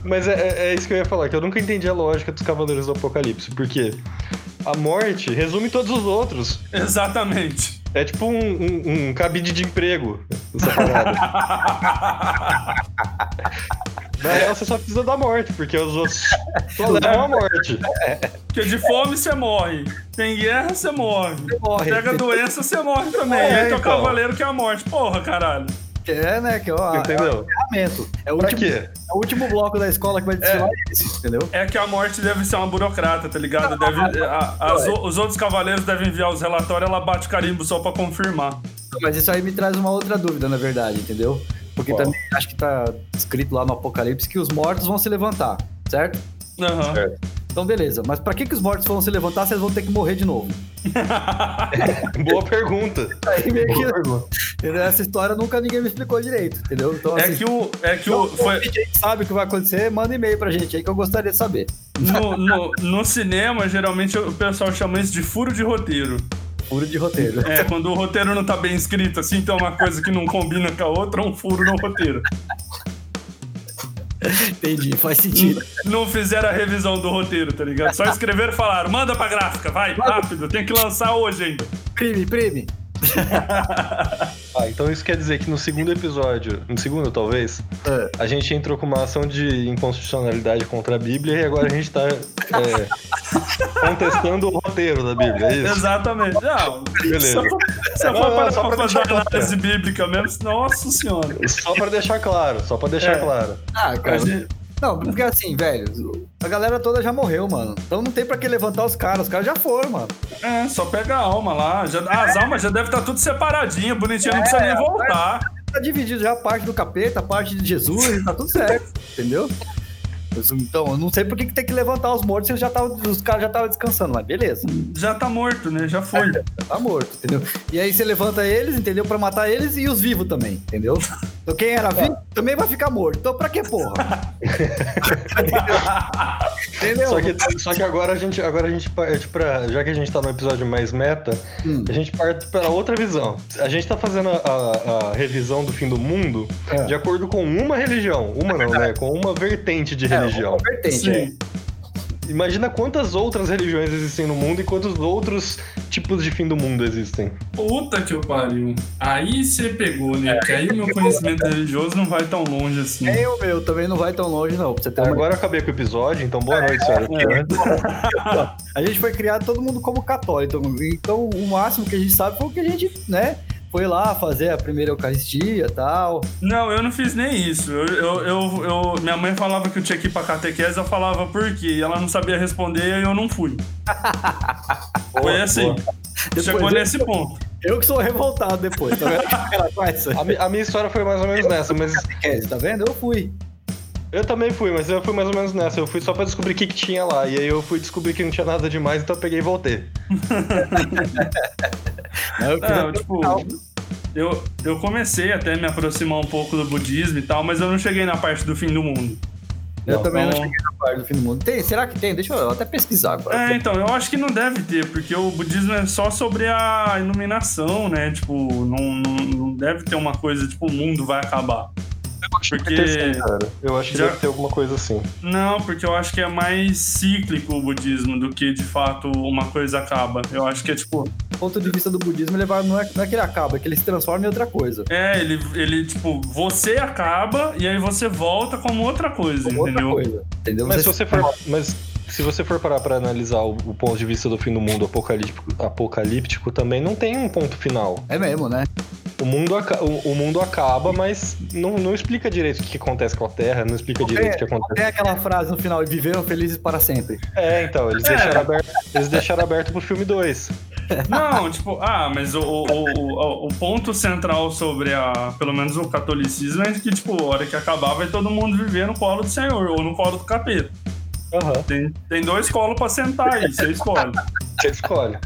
Speaker 1: Mas é- é, é isso que eu ia falar, que eu nunca entendi a lógica dos Cavaleiros do Apocalipse, porque a morte resume todos os outros.
Speaker 3: Exatamente.
Speaker 1: É tipo um, um- um cabide de emprego, essa
Speaker 2: [LAUGHS]
Speaker 1: parada. Na real, você só precisa da morte, porque os outros só levam a morte.
Speaker 3: Porque de fome você morre. Tem guerra, você morre.
Speaker 2: Morre.
Speaker 3: Pega doença, você morre também.
Speaker 1: É,
Speaker 3: Entra
Speaker 1: então.
Speaker 3: o cavaleiro que é a morte. Porra, caralho.
Speaker 2: É, né? Que, ó, é
Speaker 1: Entendeu?
Speaker 2: o ferramento. É o,
Speaker 1: Pra
Speaker 2: último,
Speaker 1: quê?
Speaker 2: é o último bloco da escola que vai desfilar é. esse, entendeu?
Speaker 3: É que a morte deve ser uma burocrata, tá ligado? Deve, a- as o- os outros cavaleiros devem enviar os relatórios, ela bate o carimbo só pra confirmar.
Speaker 2: Então, Mas isso aí me traz uma outra dúvida, na verdade, entendeu? Porque
Speaker 1: Qual?
Speaker 2: também acho que tá escrito lá no Apocalipse que os mortos vão se levantar, certo?
Speaker 3: Aham.
Speaker 2: Então, beleza. Mas pra que, que os mortos vão se levantar se eles vão ter que morrer de novo?
Speaker 1: Boa pergunta.
Speaker 2: [LAUGHS] Aí meio
Speaker 1: Boa
Speaker 2: que
Speaker 1: pergunta.
Speaker 2: [LAUGHS] entendeu? essa história nunca ninguém me explicou direito, entendeu? Então,
Speaker 3: É que o. É que o.
Speaker 2: foi...
Speaker 3: Foi,
Speaker 2: a gente sabe o que vai acontecer, manda e-mail pra gente aí que eu gostaria de saber.
Speaker 3: no, no, no cinema, geralmente o pessoal chama isso de furo de roteiro.
Speaker 2: Puro de roteiro.
Speaker 3: É, quando o roteiro não tá bem escrito, assim, tem uma coisa que não combina com a outra, é um furo no roteiro.
Speaker 2: [LAUGHS] Entendi, faz sentido.
Speaker 3: Não fizeram a revisão do roteiro, tá ligado? Só escreveram e falaram, manda pra gráfica, vai, rápido, tem que lançar hoje ainda.
Speaker 2: [LAUGHS] prime, prime.
Speaker 1: [LAUGHS] Ah, então isso quer dizer que no segundo episódio, no segundo talvez,
Speaker 2: É.
Speaker 1: a gente entrou com uma ação de inconstitucionalidade contra a Bíblia e agora a gente tá
Speaker 2: [LAUGHS]
Speaker 1: é, contestando o roteiro da Bíblia, é isso?
Speaker 3: Exatamente. Não,
Speaker 1: Beleza.
Speaker 3: Se eu
Speaker 1: Não,
Speaker 3: for
Speaker 1: não,
Speaker 3: parar
Speaker 1: só pra
Speaker 3: pra fazer
Speaker 1: deixar
Speaker 3: análise bíblica mesmo, nossa senhora.
Speaker 1: Só pra deixar claro, só pra deixar
Speaker 3: É.
Speaker 1: claro.
Speaker 2: Ah,
Speaker 3: A
Speaker 2: cara.
Speaker 3: gente,
Speaker 2: Não, porque assim, velho, a galera toda já morreu, mano. Então não tem pra que levantar os caras, os caras já foram, mano.
Speaker 3: É, só pega a alma lá. Já, As almas já devem estar tudo separadinha, bonitinha, não precisa
Speaker 1: É.
Speaker 3: nem voltar.
Speaker 2: Tá dividido já a parte do capeta, a parte de Jesus, tá tudo
Speaker 1: [LAUGHS]
Speaker 2: certo, entendeu? Mas, Então, eu não sei por que que tem que levantar os mortos se eles já tavam, os caras já estavam descansando, mas beleza,
Speaker 1: Hum.
Speaker 3: Já tá morto, né? Já foi.
Speaker 2: já tá morto, entendeu? E aí você levanta eles, entendeu? Pra matar eles e os vivos também, entendeu? Então quem era
Speaker 1: [LAUGHS]
Speaker 2: vivo também vai ficar morto. Então pra que porra? entendeu?
Speaker 1: Só que, só que agora a gente, agora a gente parte pra. Já que a gente tá no episódio mais meta,
Speaker 2: Hum.
Speaker 1: a gente parte para outra visão. A gente tá fazendo a, a- a revisão do fim do mundo
Speaker 2: É.
Speaker 1: de acordo com uma religião. Uma não, né? Com uma vertente de religião.
Speaker 2: É, uma vertente, é.
Speaker 3: Sim.
Speaker 1: Imagina quantas outras religiões existem no mundo e quantos outros tipos de fim do mundo existem.
Speaker 3: Puta que eu pariu. Aí você pegou, né? Porque aí meu conhecimento religioso não vai tão longe assim.
Speaker 2: Nem É o meu também não vai tão longe, não. Pra você ter uma...
Speaker 1: Agora eu acabei com o episódio, então boa noite, senhora.
Speaker 2: A gente foi criado todo mundo como católico. Então, o máximo que a gente sabe foi o que a gente, né? Foi lá fazer a primeira Eucaristia e tal.
Speaker 3: Não, eu não fiz nem isso. Eu, eu, eu- eu- minha mãe falava que eu tinha que ir pra catequese, eu falava por quê? E ela não sabia responder e eu
Speaker 2: [LAUGHS]
Speaker 3: não fui. Foi assim.
Speaker 2: Depois
Speaker 3: Chegou
Speaker 2: eu-
Speaker 3: nesse ponto.
Speaker 2: Eu que sou revoltado depois, tá vendo?
Speaker 3: [LAUGHS]
Speaker 2: Ela faz
Speaker 1: A, mi- a minha história foi mais ou menos nessa, mas
Speaker 2: catequese, tá vendo? Eu fui.
Speaker 1: eu também fui, mas eu fui mais ou menos nessa. Eu fui só pra descobrir o que, que tinha lá. E aí eu fui descobrir que não tinha nada demais, então eu peguei e voltei.
Speaker 2: Né, Eu fiz
Speaker 3: É,
Speaker 2: a-
Speaker 3: tipo, eu, eu comecei até a me aproximar um pouco do budismo e tal, mas eu não cheguei na parte do fim do mundo.
Speaker 2: eu também não
Speaker 3: então-
Speaker 2: cheguei na parte do fim do mundo. Tem, será que tem? Deixa eu até pesquisar agora.
Speaker 3: É, então, eu acho que não deve ter, porque o budismo é só sobre a iluminação, né? Tipo, não, não, não deve ter uma coisa, tipo, o mundo vai acabar. Porque.
Speaker 1: Cara, eu acho que
Speaker 3: Já-
Speaker 1: deve ter alguma coisa assim.
Speaker 3: Não, porque eu acho que é mais cíclico o budismo do que de fato uma coisa acaba. Eu acho que é tipo.
Speaker 2: Do ponto de vista do budismo, ele vai, não, é, não é que ele acaba, é que ele se transforma em outra coisa.
Speaker 3: É, ele, ele tipo, você acaba e aí você volta como outra coisa,
Speaker 2: Outra
Speaker 3: entendeu?
Speaker 2: coisa. Entendeu?
Speaker 1: Mas se você for, mas se você for parar pra analisar o, o ponto de vista do fim do mundo apocalíptico, apocalíptico, também não tem um ponto final.
Speaker 2: É mesmo, né?
Speaker 1: O mundo, aca- o, o mundo acaba, mas não, não explica direito o que acontece com a Terra, não explica direito o que acontece.
Speaker 2: Tem aquela frase no final, viveram felizes para sempre.
Speaker 1: É, então, eles,
Speaker 3: É.
Speaker 1: Deixaram, aberto, eles deixaram aberto pro filme 2.
Speaker 3: Não, tipo, ah, mas o, o, o, o- o ponto central sobre a, pelo menos o catolicismo é que, tipo, a hora que acabar vai todo mundo viver no colo do Senhor ou no colo do capeta.
Speaker 1: Aham,
Speaker 3: Tem, tem dois colos pra sentar aí, você escolhe.
Speaker 1: você escolhe.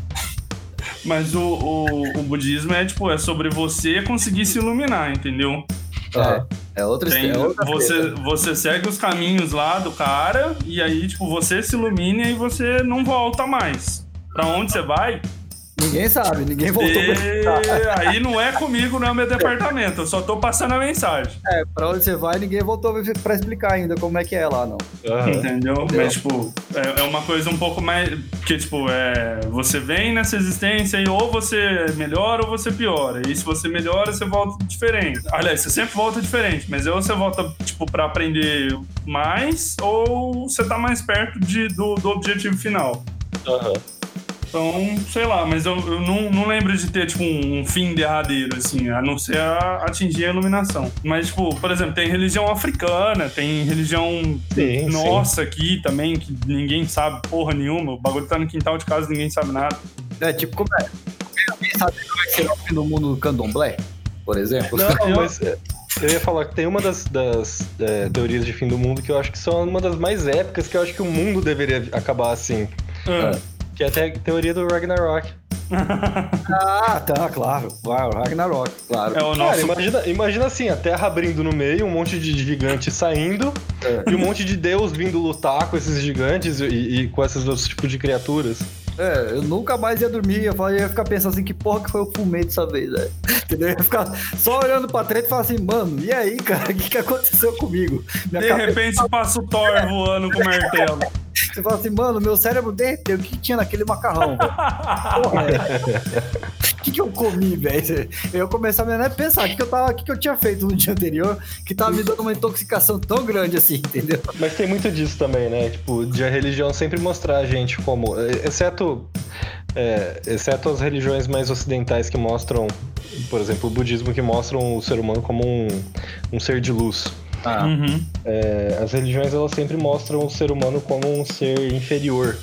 Speaker 3: Mas o, o, o budismo é, tipo, é sobre você conseguir se iluminar, entendeu?
Speaker 2: É, é outra
Speaker 3: Tem,
Speaker 2: história.
Speaker 3: você, você segue os caminhos lá do cara e aí, tipo, você se ilumina e você não volta mais. Pra onde você vai?
Speaker 2: Ninguém sabe, ninguém voltou pra
Speaker 3: E... Aí não é comigo, não é meu departamento. Eu só tô passando a mensagem.
Speaker 2: É, pra onde você vai, ninguém voltou pra explicar ainda como é que é lá, não.
Speaker 1: Aham.
Speaker 3: Entendeu? Mas, tipo, é, é uma coisa um pouco mais. Porque, tipo, é. Você vem nessa existência e ou você melhora ou você piora. E se você melhora, você volta diferente. Aliás, você sempre volta diferente, mas ou você volta, tipo, pra aprender mais, ou você tá mais perto de, do, do objetivo final.
Speaker 1: aham.
Speaker 3: Então, sei lá, mas eu, eu não, não lembro de ter, tipo, um, um fim derradeiro, assim, a não ser a- atingir a iluminação. Mas, tipo, por exemplo, tem religião africana, tem religião
Speaker 1: Sim, sim.
Speaker 3: nossa aqui também, que ninguém sabe porra nenhuma. O bagulho tá no quintal de casa, ninguém sabe nada.
Speaker 2: É, tipo, como é? Ninguém sabe como é que será o fim do mundo do candomblé, por exemplo.
Speaker 1: Não,
Speaker 3: Eu-
Speaker 1: mas é, eu ia falar que tem uma das, das, é, teorias de fim do mundo que eu acho que são uma das mais épicas, que eu acho que o mundo deveria acabar assim.
Speaker 3: Ah,
Speaker 1: Que é até a teoria do Ragnarok.
Speaker 2: [LAUGHS] Ah, tá, claro. Claro, Ragnarok, claro.
Speaker 3: É
Speaker 1: Cara,
Speaker 3: o nosso.
Speaker 1: imagina, imagina assim, a Terra abrindo no meio, um monte de gigante saindo,
Speaker 2: É.
Speaker 1: e um monte de deus vindo lutar com esses gigantes e, e com esses outros tipos de criaturas.
Speaker 2: É, eu nunca mais ia dormir, eu falei- eu ia ficar pensando assim, que porra que foi o fumei dessa vez, né? Entendeu? Eu ia ficar só olhando pra treta e falar assim, mano, e aí, cara, [LAUGHS] o que, que aconteceu comigo? Minha
Speaker 3: De
Speaker 2: cabeça,
Speaker 3: repente passa o Thor voando com o martelo.
Speaker 2: você fala assim, mano, meu cérebro derreteu, o que, que tinha naquele macarrão, velho? Porra, O que, que eu comi, velho? Eu ia começar mesmo a pensar o que, que eu tava, o que, que eu tinha feito no dia anterior que tava me dando uma intoxicação tão grande assim, entendeu?
Speaker 1: Mas tem muito disso também, né? Tipo, de a religião sempre mostrar a gente como. eh, Exceto. eh, exceto as religiões mais ocidentais que mostram, por exemplo, o budismo que mostram o ser humano como um, um ser de luz.
Speaker 2: Ah,
Speaker 3: Uhum.
Speaker 1: É, as religiões elas sempre mostram o ser humano como um ser inferior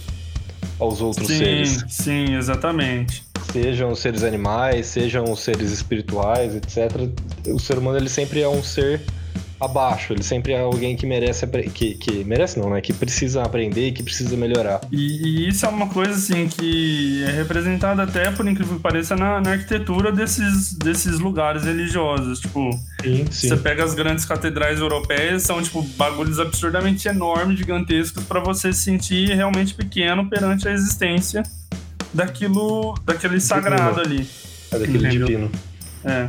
Speaker 1: aos outros
Speaker 3: Sim,
Speaker 1: seres.
Speaker 3: sim, exatamente.
Speaker 1: Sejam os seres animais, sejam os seres espirituais, etc. O ser humano ele sempre é um ser abaixo, ele sempre é alguém que merece apre- que, que merece não, né? Que precisa aprender e que precisa melhorar.
Speaker 3: E, e isso é uma coisa assim que é representada até, por incrível que pareça, na, na arquitetura desses, desses lugares religiosos. Tipo,
Speaker 1: Sim,
Speaker 3: você pega as grandes catedrais europeias, são tipo bagulhos absurdamente enormes, gigantescos, pra você se sentir realmente pequeno perante a existência daquilo, daquele sagrado ali.
Speaker 1: É daquele
Speaker 3: Entendeu?
Speaker 1: divino.
Speaker 3: É.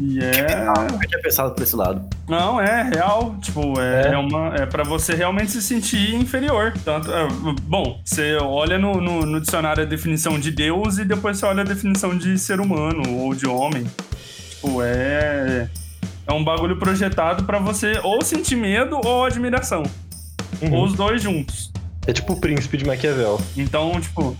Speaker 3: E é.
Speaker 2: nunca tinha pensado por esse lado.
Speaker 3: Não, é real. Tipo, é,
Speaker 1: É.
Speaker 3: é uma. É pra você realmente se sentir inferior. Tanto, é, bom, você olha no, no- no dicionário a definição de Deus e depois você olha a definição de ser humano ou de homem. Tipo, é. É um bagulho projetado pra você ou sentir medo ou admiração.
Speaker 1: Uhum.
Speaker 3: Ou os dois juntos.
Speaker 1: É tipo o príncipe de Maquiavel.
Speaker 3: Então, tipo,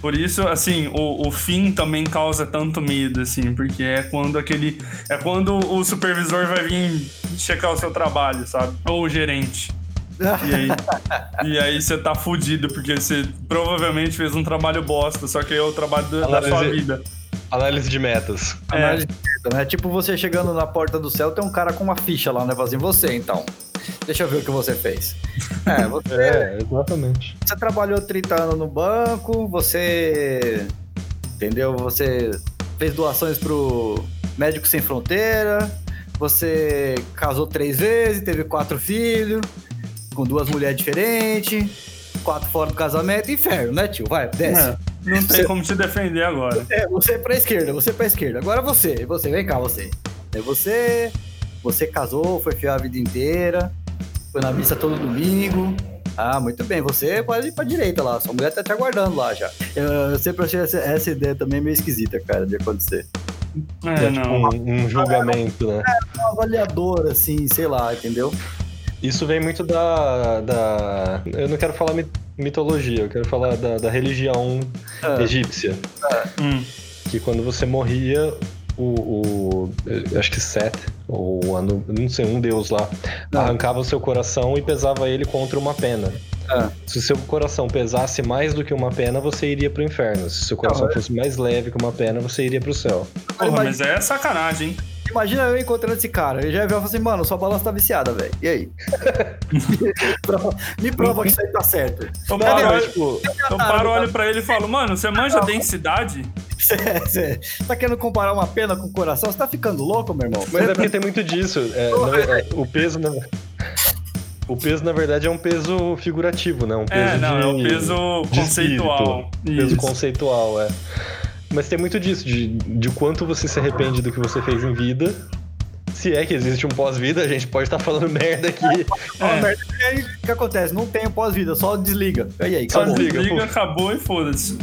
Speaker 3: por isso, assim, o, o fim também causa tanto medo, assim, porque é quando aquele. É quando o supervisor vai vir checar o seu trabalho, sabe? Ou o gerente. E aí,
Speaker 1: [LAUGHS]
Speaker 3: e aí você tá fudido, porque você provavelmente fez um trabalho bosta, só que é o trabalho da, da sua
Speaker 1: Análise-
Speaker 3: vida.
Speaker 1: Análise de metas.
Speaker 3: É.
Speaker 2: Análise de merda, né? É tipo você chegando na porta do céu, tem um cara com uma ficha lá, né? Fala assim, você então. Deixa eu ver o que você fez. É, você,
Speaker 1: É, exatamente.
Speaker 2: você trabalhou 30 anos no banco, você. Entendeu? Você fez doações pro Médico Sem Fronteira, você casou três vezes, teve quatro filhos, com duas mulheres diferentes, quatro fora do casamento, inferno, né, tio? Vai, desce.
Speaker 3: É, Não tem como te defender agora.
Speaker 2: É, você pra esquerda, você pra esquerda. Agora você, você, vem cá, você. É você, você casou, foi fiel a vida inteira, foi na missa todo domingo. Ah, muito bem, você pode ir pra direita lá, sua mulher tá te aguardando lá já. É, Eu, eu sempre achei essa, essa ideia também é meio esquisita, cara, de acontecer.
Speaker 3: É,
Speaker 1: tipo
Speaker 3: não.
Speaker 1: um, um julgamento, né?
Speaker 2: Um avaliador, assim, sei lá, entendeu?
Speaker 1: Isso vem muito da, da. Eu não quero falar mi- mitologia, eu quero falar da, da religião
Speaker 2: Ah.
Speaker 1: egípcia.
Speaker 3: Hum.
Speaker 1: Que quando você morria, o. o- eu acho que Set, ou Anu, não sei, um deus lá,
Speaker 2: Ah.
Speaker 1: arrancava o seu coração e pesava ele contra uma pena.
Speaker 2: Ah.
Speaker 1: Se o seu coração pesasse mais do que uma pena, você iria pro inferno. Se o seu
Speaker 2: Ah, é?
Speaker 1: coração fosse mais leve que uma pena, você iria pro céu.
Speaker 3: Porra, mas é sacanagem, hein?
Speaker 2: Imagina eu encontrando esse cara, ele já viu e falou assim, mano, sua balança tá viciada, velho. E aí? [LAUGHS] Me prova- Me prova que isso aí tá certo.
Speaker 3: Eu
Speaker 2: Cadê?
Speaker 3: paro, olho-
Speaker 1: tipo,
Speaker 3: eu paro, olho pra ele e falo, mano, você manja densidade?
Speaker 2: Você tá querendo comparar uma pena com o coração? Você tá ficando louco, meu irmão?
Speaker 1: Mas é porque tem muito disso. É, na- é, o peso, na, o peso na verdade é um peso figurativo, né? Um peso
Speaker 3: É, não,
Speaker 1: de,
Speaker 3: é o peso
Speaker 1: de
Speaker 3: conceitual.
Speaker 1: peso
Speaker 3: Isso.
Speaker 1: conceitual, é. Mas tem muito disso de, de quanto você se arrepende do que você fez em vida. Se é que existe um pós-vida, a gente pode estar falando [LAUGHS] merda aqui.
Speaker 2: Ó,
Speaker 3: É.
Speaker 2: tá merda, e aí, o que acontece? Não tem o pós-vida, só desliga. E aí,
Speaker 1: Só
Speaker 2: acabou.
Speaker 1: desliga.
Speaker 3: Liga,
Speaker 1: pô.
Speaker 3: acabou e foda-se.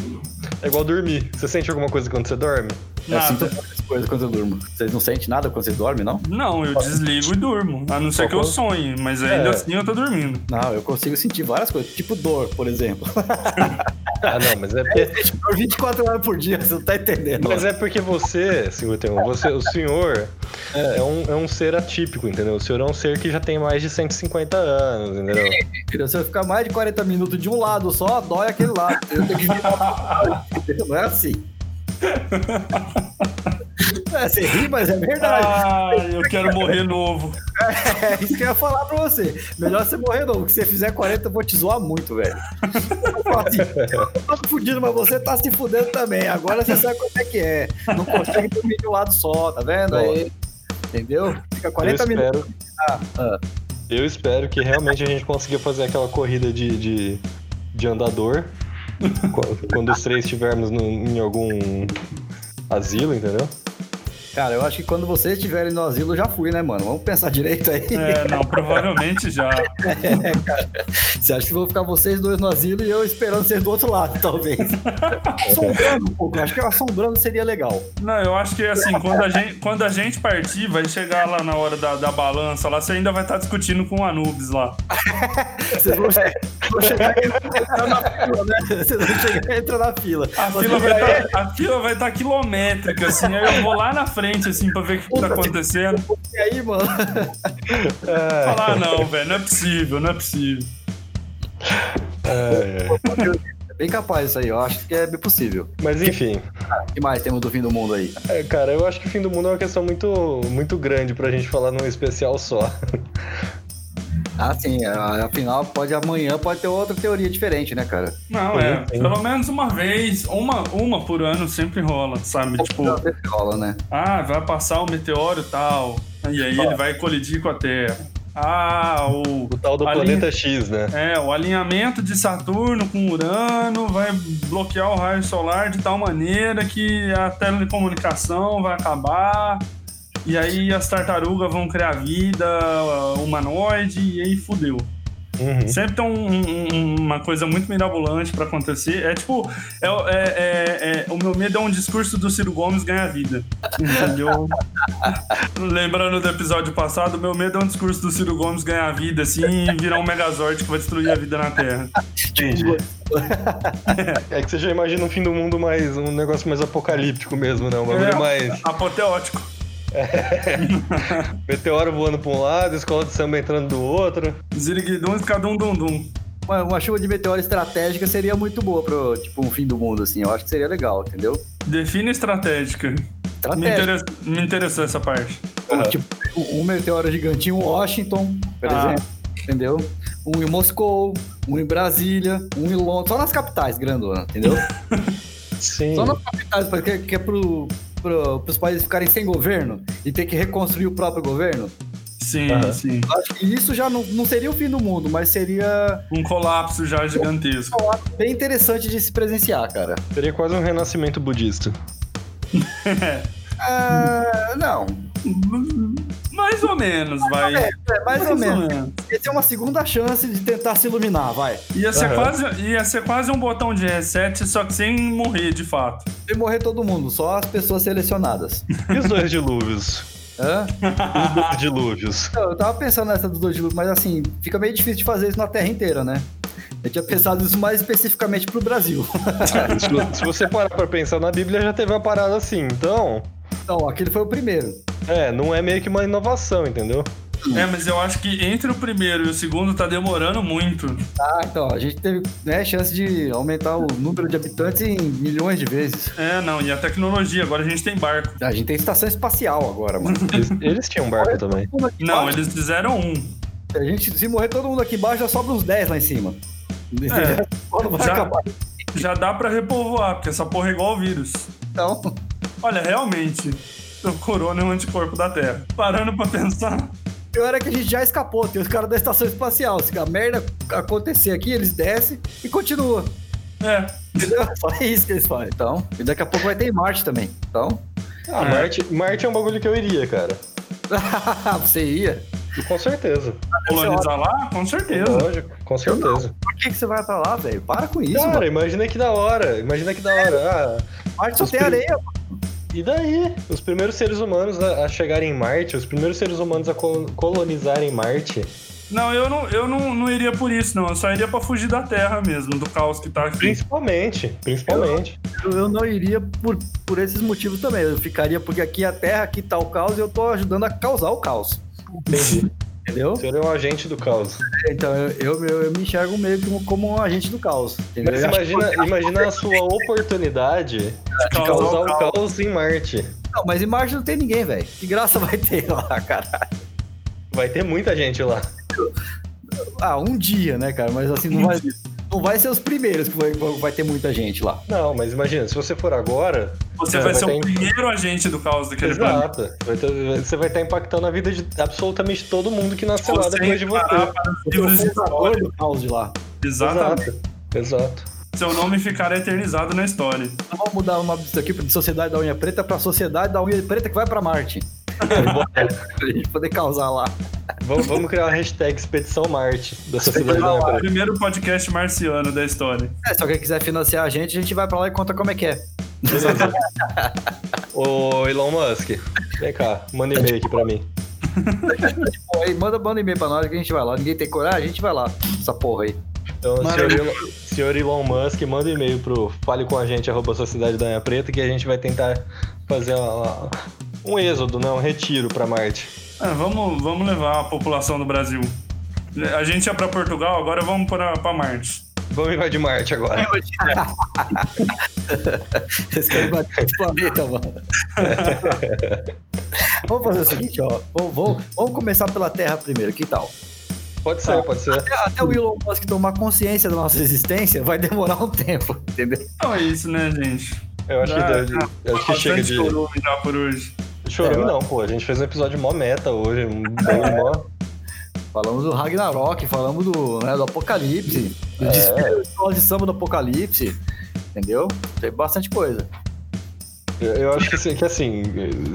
Speaker 1: É igual dormir. Você sente alguma coisa quando você dorme?
Speaker 2: É assim Eu sinto
Speaker 3: Nada.
Speaker 2: várias coisas quando eu durmo. Vocês não sentem nada quando vocês dormem, não?
Speaker 3: Não, eu desligo e durmo. A não ser que eu sonhe, mas ainda
Speaker 1: É.
Speaker 3: assim eu tô dormindo.
Speaker 2: Não, eu consigo sentir várias coisas, tipo dor, por exemplo. [LAUGHS]
Speaker 1: Ah, não, mas é porque,
Speaker 2: Dor 24 horas por dia, você não tá entendendo.
Speaker 1: mas é porque você, 51, você, o senhor é. um, é um ser atípico, entendeu? O senhor é um ser que já tem mais de 150 anos, entendeu?
Speaker 2: Entendeu? Se eu ficar mais de 40 minutos de um lado só, dói aquele lado. Eu tenho que [LAUGHS] virar pro outro. Não é
Speaker 1: [LAUGHS]
Speaker 2: assim. É, você ri, mas é verdade.
Speaker 3: Ah, eu quero morrer novo.
Speaker 2: É isso que eu ia falar pra você. Melhor você morrer novo, que se você fizer 40, eu vou te zoar muito, velho. Eu falo assim, eu tô fudido, mas você tá se fudendo também. Agora você sabe como é que é. Não consegue dormir de um lado só, tá vendo? Aí, entendeu? Fica 40
Speaker 1: eu
Speaker 2: minutos.
Speaker 1: espero,
Speaker 2: ah.
Speaker 1: Eu espero que realmente a gente consiga fazer aquela corrida de, de, de andador. [LAUGHS] qu- quando os três estivermos no- em algum asilo, entendeu?
Speaker 2: Cara, eu acho que quando vocês estiverem no asilo, eu já fui, né, mano? Vamos pensar direito aí.
Speaker 3: É, não, provavelmente já.
Speaker 2: Você acha que vão ficar vocês dois no asilo e eu esperando vocês do outro lado,
Speaker 1: [LAUGHS]
Speaker 2: talvez? assombrando um pouco. Acho que assombrando seria legal.
Speaker 3: Não, eu acho que assim, quando a gente, quando a gente partir, vai chegar lá na hora da, da balança, lá você ainda vai estar discutindo com o Anubis lá.
Speaker 2: Vocês vão che- [LAUGHS] vão chegar e entrar na fila, né? Vocês vão chegar e entrar na fila.
Speaker 3: A fila vai tá, a fila vai estar quilométrica, tá assim, aí eu vou lá na frente, assim, pra ver o que tá acontecendo.
Speaker 2: E aí, mano?
Speaker 1: É,
Speaker 3: Falar, não, velho, não é possível, não é possível.
Speaker 1: é, é.
Speaker 2: É bem capaz isso aí, eu acho que é bem possível.
Speaker 1: Mas enfim,
Speaker 2: O que mais temos do fim do mundo aí?
Speaker 1: é, cara, eu acho que o fim do mundo é uma questão muito, muito grande pra gente falar num especial só.
Speaker 2: Ah, sim, a- afinal, pode amanhã pode ter outra teoria diferente, né, cara?
Speaker 3: Não, é.
Speaker 1: Sim, sim.
Speaker 3: Pelo menos uma vez, uma, uma por ano sempre rola, sabe? Tipo,
Speaker 2: Rola, né?
Speaker 3: ah, vai passar o um meteoro e tal. E aí ele vai colidir com a Terra. Ah, o.
Speaker 1: O tal do
Speaker 3: Ali-
Speaker 1: planeta X, né?
Speaker 3: É, o alinhamento de Saturno com Urano vai bloquear o raio solar de tal maneira que a telecomunicação vai acabar. E aí as tartarugas vão criar vida uh, humanoide e aí fudeu. [LAUGHS]
Speaker 1: Uhum.
Speaker 3: Sempre tem um- um- um- uma coisa muito mirabolante pra acontecer. É tipo, é, é- é- é- o meu medo é um discurso do Ciro Gomes ganhar vida. Entendeu? Lembrando do episódio passado, o meu medo é um discurso do Ciro Gomes ganhar vida, assim, e virar um megazord que vai destruir a vida na Terra.
Speaker 1: Entendi. [LAUGHS] É que você já imagina um fim do mundo mais. um negócio mais apocalíptico mesmo, né? Um bagulho
Speaker 3: É.
Speaker 1: mais.
Speaker 3: Apoteótico.
Speaker 1: Meteoro voando pra um lado, escola de samba entrando do outro.
Speaker 3: Ziriguidum e cadum dum dum.
Speaker 2: Uma, uma chuva de meteoro estratégica seria muito boa pro, tipo, um fim do mundo, assim. Eu acho que seria legal, entendeu?
Speaker 3: Define estratégica. Me,
Speaker 2: Estratégica.
Speaker 3: interessa, me interessou essa parte.
Speaker 1: Aham.
Speaker 2: Tipo, um, um meteoro gigantinho em Washington, por
Speaker 3: Ah.
Speaker 2: exemplo. Entendeu? Um em Moscou, um em Brasília, um em Londres. Só nas capitais, grandona, [LAUGHS] entendeu?
Speaker 1: Sim.
Speaker 2: Só nas capitais, porque que é pro, pro, pros países ficarem sem governo e ter que reconstruir o próprio governo.
Speaker 3: Sim,
Speaker 1: Aham.
Speaker 3: sim.
Speaker 2: Eu Acho que isso já não, não seria o fim do mundo, mas seria
Speaker 3: Um colapso já gigantesco.
Speaker 2: bem interessante de se presenciar, cara.
Speaker 1: Seria quase um renascimento budista.
Speaker 2: [LAUGHS] Ah, não.
Speaker 3: Mais ou menos, vai.
Speaker 2: É, mais ou menos. Ia ter uma segunda chance de tentar se iluminar, vai.
Speaker 3: Ia ser,
Speaker 1: Aham.
Speaker 3: quase, ia ser quase um botão de reset, só que sem morrer de fato.
Speaker 2: E morrer todo mundo, só as pessoas [LAUGHS] selecionadas.
Speaker 1: E os dois
Speaker 2: [LAUGHS]
Speaker 1: dilúvios?
Speaker 2: Hã?
Speaker 1: Os dois dilúvios.
Speaker 2: Não, eu tava pensando nessa dos dois dilúvios, mas assim, fica meio difícil de fazer isso na Terra inteira, né? Eu tinha pensado isso mais especificamente pro Brasil. [LAUGHS]
Speaker 1: Cara, se vo- se você parar pra pensar na Bíblia, já teve uma parada assim. Então,
Speaker 2: Então, aquele foi o primeiro.
Speaker 1: é, não é meio que uma inovação, entendeu?
Speaker 3: É, mas eu acho que entre o primeiro e o segundo tá demorando muito.
Speaker 2: Ah, então, a gente teve né, chance de aumentar o número de habitantes em milhões de vezes.
Speaker 3: É, não, e a tecnologia, agora a gente tem barco.
Speaker 2: A gente tem estação espacial agora, mano.
Speaker 3: [LAUGHS]
Speaker 2: [LAUGHS]
Speaker 1: Eles, eles tinham um barco também.
Speaker 3: Não, eles fizeram um.
Speaker 2: Se A gente, se morrer todo mundo aqui embaixo, já sobra uns 10 lá em cima.
Speaker 3: É.
Speaker 2: Quando vai
Speaker 3: [LAUGHS] Já-
Speaker 2: acabar,
Speaker 3: Já dá pra repovoar, porque essa porra é igual ao vírus.
Speaker 2: então.
Speaker 3: Olha, realmente, o corona é um anticorpo da Terra. Parando pra pensar,
Speaker 2: Pior é que a gente já escapou, tem os caras da estação espacial. Se a merda acontecer aqui, eles descem e continuam.
Speaker 3: é,
Speaker 2: Entendeu? [LAUGHS] Só é isso que eles fazem. Então, e daqui a pouco vai ter em Marte também. Então, [LAUGHS]
Speaker 1: Ah,
Speaker 3: É.
Speaker 1: Marte, Marte é um bagulho que eu iria, cara.
Speaker 2: você ia.
Speaker 1: Com certeza.
Speaker 3: colonizar lá, com certeza.
Speaker 1: Lógico, com certeza.
Speaker 2: Por que, que você vai pra lá, velho? Para com isso,
Speaker 1: Cara,
Speaker 2: mano.
Speaker 1: imagina que da hora. Imagina que da hora. Ah,
Speaker 2: Marte só
Speaker 1: os
Speaker 2: tem
Speaker 1: pri-
Speaker 2: areia.
Speaker 1: E daí? Os primeiros seres humanos a, a chegarem em Marte, os primeiros seres humanos a col- colonizarem Marte.
Speaker 3: Não, eu, não, eu não, não iria por isso, não. Eu só iria pra fugir da Terra mesmo, do caos que tá aqui.
Speaker 1: Principalmente, principalmente.
Speaker 2: Eu- Eu não iria por, por esses motivos também. Eu ficaria porque aqui é a Terra, aqui tá o caos e eu tô ajudando a causar o caos.
Speaker 1: Entendi.
Speaker 2: Entendeu?
Speaker 1: O senhor é um agente do caos.
Speaker 2: Então, eu, eu, eu me enxergo meio que como um agente do caos. Entendeu?
Speaker 1: Mas
Speaker 2: Eu acho
Speaker 1: imagina,
Speaker 2: que-
Speaker 1: imagina a sua oportunidade de
Speaker 3: De causar
Speaker 1: causar
Speaker 3: o
Speaker 1: o
Speaker 3: caos.
Speaker 1: caos em Marte.
Speaker 2: Não, mas em Marte não tem ninguém, velho. Que graça [LAUGHS] vai ter lá, cara?
Speaker 1: Vai ter muita gente lá.
Speaker 2: Ah, um dia, né, cara? Mas
Speaker 1: [LAUGHS]
Speaker 2: assim, não vai, não vai ser os primeiros que vai, vai ter muita gente lá.
Speaker 1: Não, mas imagina, se você for agora.
Speaker 3: Você
Speaker 1: É,
Speaker 3: vai
Speaker 1: vai
Speaker 3: ser o
Speaker 1: ter-
Speaker 3: primeiro agente do caos daquele planeta.
Speaker 1: Exato. Vai ter- você vai estar impactando a vida de absolutamente todo mundo que nasceu lá
Speaker 3: Você
Speaker 1: depois de você.
Speaker 3: entrará para os
Speaker 2: Vai ter o
Speaker 3: livros de
Speaker 2: fundador
Speaker 3: história.
Speaker 2: do um caos de lá.
Speaker 3: Exatamente.
Speaker 1: Exato. Exato.
Speaker 3: Seu nome ficará eternizado na história.
Speaker 2: Então, Vamos mudar o nome disso aqui de Sociedade da Unha Preta pra Sociedade da Unha Preta que vai pra Marte. [LAUGHS] pra gente poder causar lá.
Speaker 1: Vamos, vamos criar a hashtag Expedição Marte né? da Sociedade da Empresa.
Speaker 3: Primeiro podcast marciano da história.
Speaker 2: É, se alguém quiser financiar a gente, a gente vai pra lá e conta como é que é.
Speaker 1: Beleza. Ô, Elon Musk, vem cá, manda e-mail aqui pra mim.
Speaker 2: Pô, aí, manda, manda um e-mail pra nós que a gente vai lá. Ninguém tem coragem, a gente vai lá. Essa porra aí. [LAUGHS]
Speaker 1: Então, senhor
Speaker 3: Maravilha.
Speaker 1: Elon, senhor Elon Musk, manda um e-mail pro fale com a gente, arroba sociedade da Anha Preta, que a gente vai tentar fazer uma, um êxodo, né? Um retiro pra Marte.
Speaker 3: É, vamos, vamos levar a população do Brasil. A gente ia pra Portugal, agora vamos pra, pra Marte.
Speaker 1: Vamos invadir Marte agora.
Speaker 2: Esse cara bateu de planeta, mano. vamos fazer o seguinte, ó. Vamos, vamos- vamos começar pela Terra primeiro, que tal?
Speaker 1: Pode ser, pode ser.
Speaker 2: Até, até o Elon Musk tomar consciência da nossa existência vai demorar um tempo, entendeu?
Speaker 3: Então é isso, né, gente?
Speaker 1: Eu acho que,
Speaker 3: Já-
Speaker 1: deu-
Speaker 3: já
Speaker 1: eu acho É que
Speaker 3: bastante
Speaker 1: chega de.
Speaker 3: chorume já por hoje.
Speaker 1: Chorume não, pô. A gente fez um episódio mó meta hoje. Um bem mó.
Speaker 2: Falamos do Ragnarok, falamos do, né, do Apocalipse,
Speaker 1: É.
Speaker 2: do desfile de escola de samba do Apocalipse, entendeu? Tem bastante coisa.
Speaker 1: Eu, eu acho que, assim- que assim,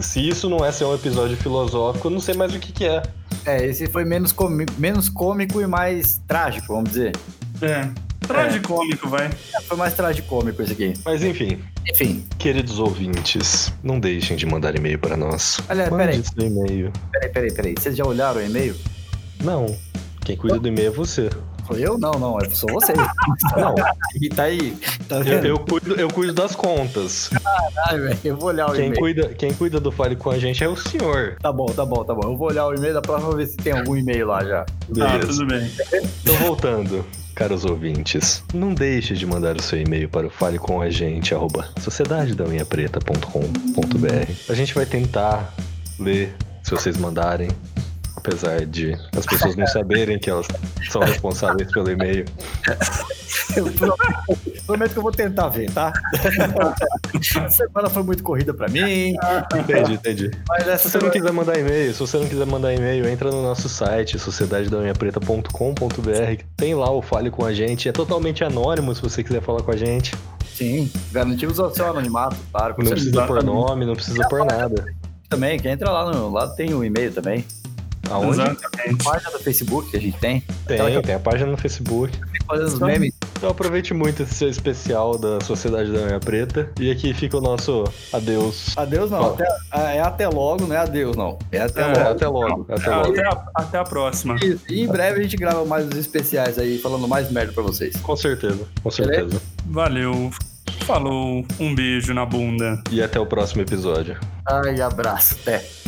Speaker 1: se isso não é ser um episódio filosófico, eu não sei mais o que, que é.
Speaker 2: É, esse foi menos, comi- menos cômico e mais trágico, vamos dizer.
Speaker 3: É. Tragicômico, vai.
Speaker 2: É, Foi mais tragicômico esse aqui.
Speaker 1: Mas enfim,
Speaker 2: Enfim,
Speaker 1: queridos ouvintes, não deixem de mandar e-mail para nós.
Speaker 2: olha,
Speaker 1: Mande
Speaker 2: É, peraí,
Speaker 1: seu e-mail.
Speaker 2: peraí, peraí, peraí. Vocês já olharam o e-mail?
Speaker 1: Não. Quem cuida do e-mail é você.
Speaker 2: Falei, Eu não, não, eu sou vocês.
Speaker 1: [LAUGHS] Não,
Speaker 2: E tá aí, tá
Speaker 1: eu,
Speaker 2: vendo?
Speaker 1: eu cuido, eu cuido das contas.
Speaker 2: Ai, velho, eu vou olhar o
Speaker 1: Quem
Speaker 2: e-mail.
Speaker 1: cuida, quem cuida do fale com a gente é o senhor.
Speaker 2: Tá bom, tá bom, tá bom. Eu vou olhar o e-mail da próxima vez se tem algum e-mail lá já.
Speaker 3: Ah,
Speaker 1: Beleza.
Speaker 3: tudo bem.
Speaker 1: Então, voltando, caros ouvintes, não deixe de mandar o seu e-mail para o falecomagente, arroba sociedadedaunhapreta.com.br. A gente vai tentar ler se vocês mandarem, apesar de as pessoas não saberem que elas são responsáveis pelo e-mail.
Speaker 2: Eu prometo- prometo que eu vou tentar ver, tá? [LAUGHS] Essa semana foi muito corrida pra mim,
Speaker 1: Entendi, entendi.
Speaker 2: mas essa
Speaker 1: Se você não
Speaker 2: semana
Speaker 1: quiser mandar e-mail, se você não quiser mandar e-mail, entra no nosso site, sociedadedaunhapreta.com.br, que tem lá o Fale com a gente. É totalmente anônimo se você quiser falar com a gente.
Speaker 2: sim, garantimos o seu é um anonimato, claro.
Speaker 1: Não precisa por
Speaker 3: Exatamente.
Speaker 1: nome, não precisa por nada.
Speaker 2: Também, quem entra lá no lá tem o e-mail também.
Speaker 1: Aonde?
Speaker 3: Exatamente.
Speaker 2: Página do Facebook que a gente tem,
Speaker 1: Tem, tem a página no Facebook.
Speaker 2: fazendo os memes.
Speaker 1: Então aproveite muito esse seu especial da Sociedade da Unha Preta. E aqui fica o nosso adeus.
Speaker 2: Adeus não, até, ah, é até logo, não é adeus não. É até
Speaker 1: É,
Speaker 2: logo.
Speaker 1: até logo, até logo.
Speaker 3: Até a, até a próxima.
Speaker 2: Isso, E em breve a gente grava mais os especiais aí, falando mais merda pra vocês.
Speaker 1: Com certeza, com certeza.
Speaker 3: Valeu. Falou. Um beijo na bunda.
Speaker 1: E até o próximo episódio.
Speaker 2: Ai, abraço, até.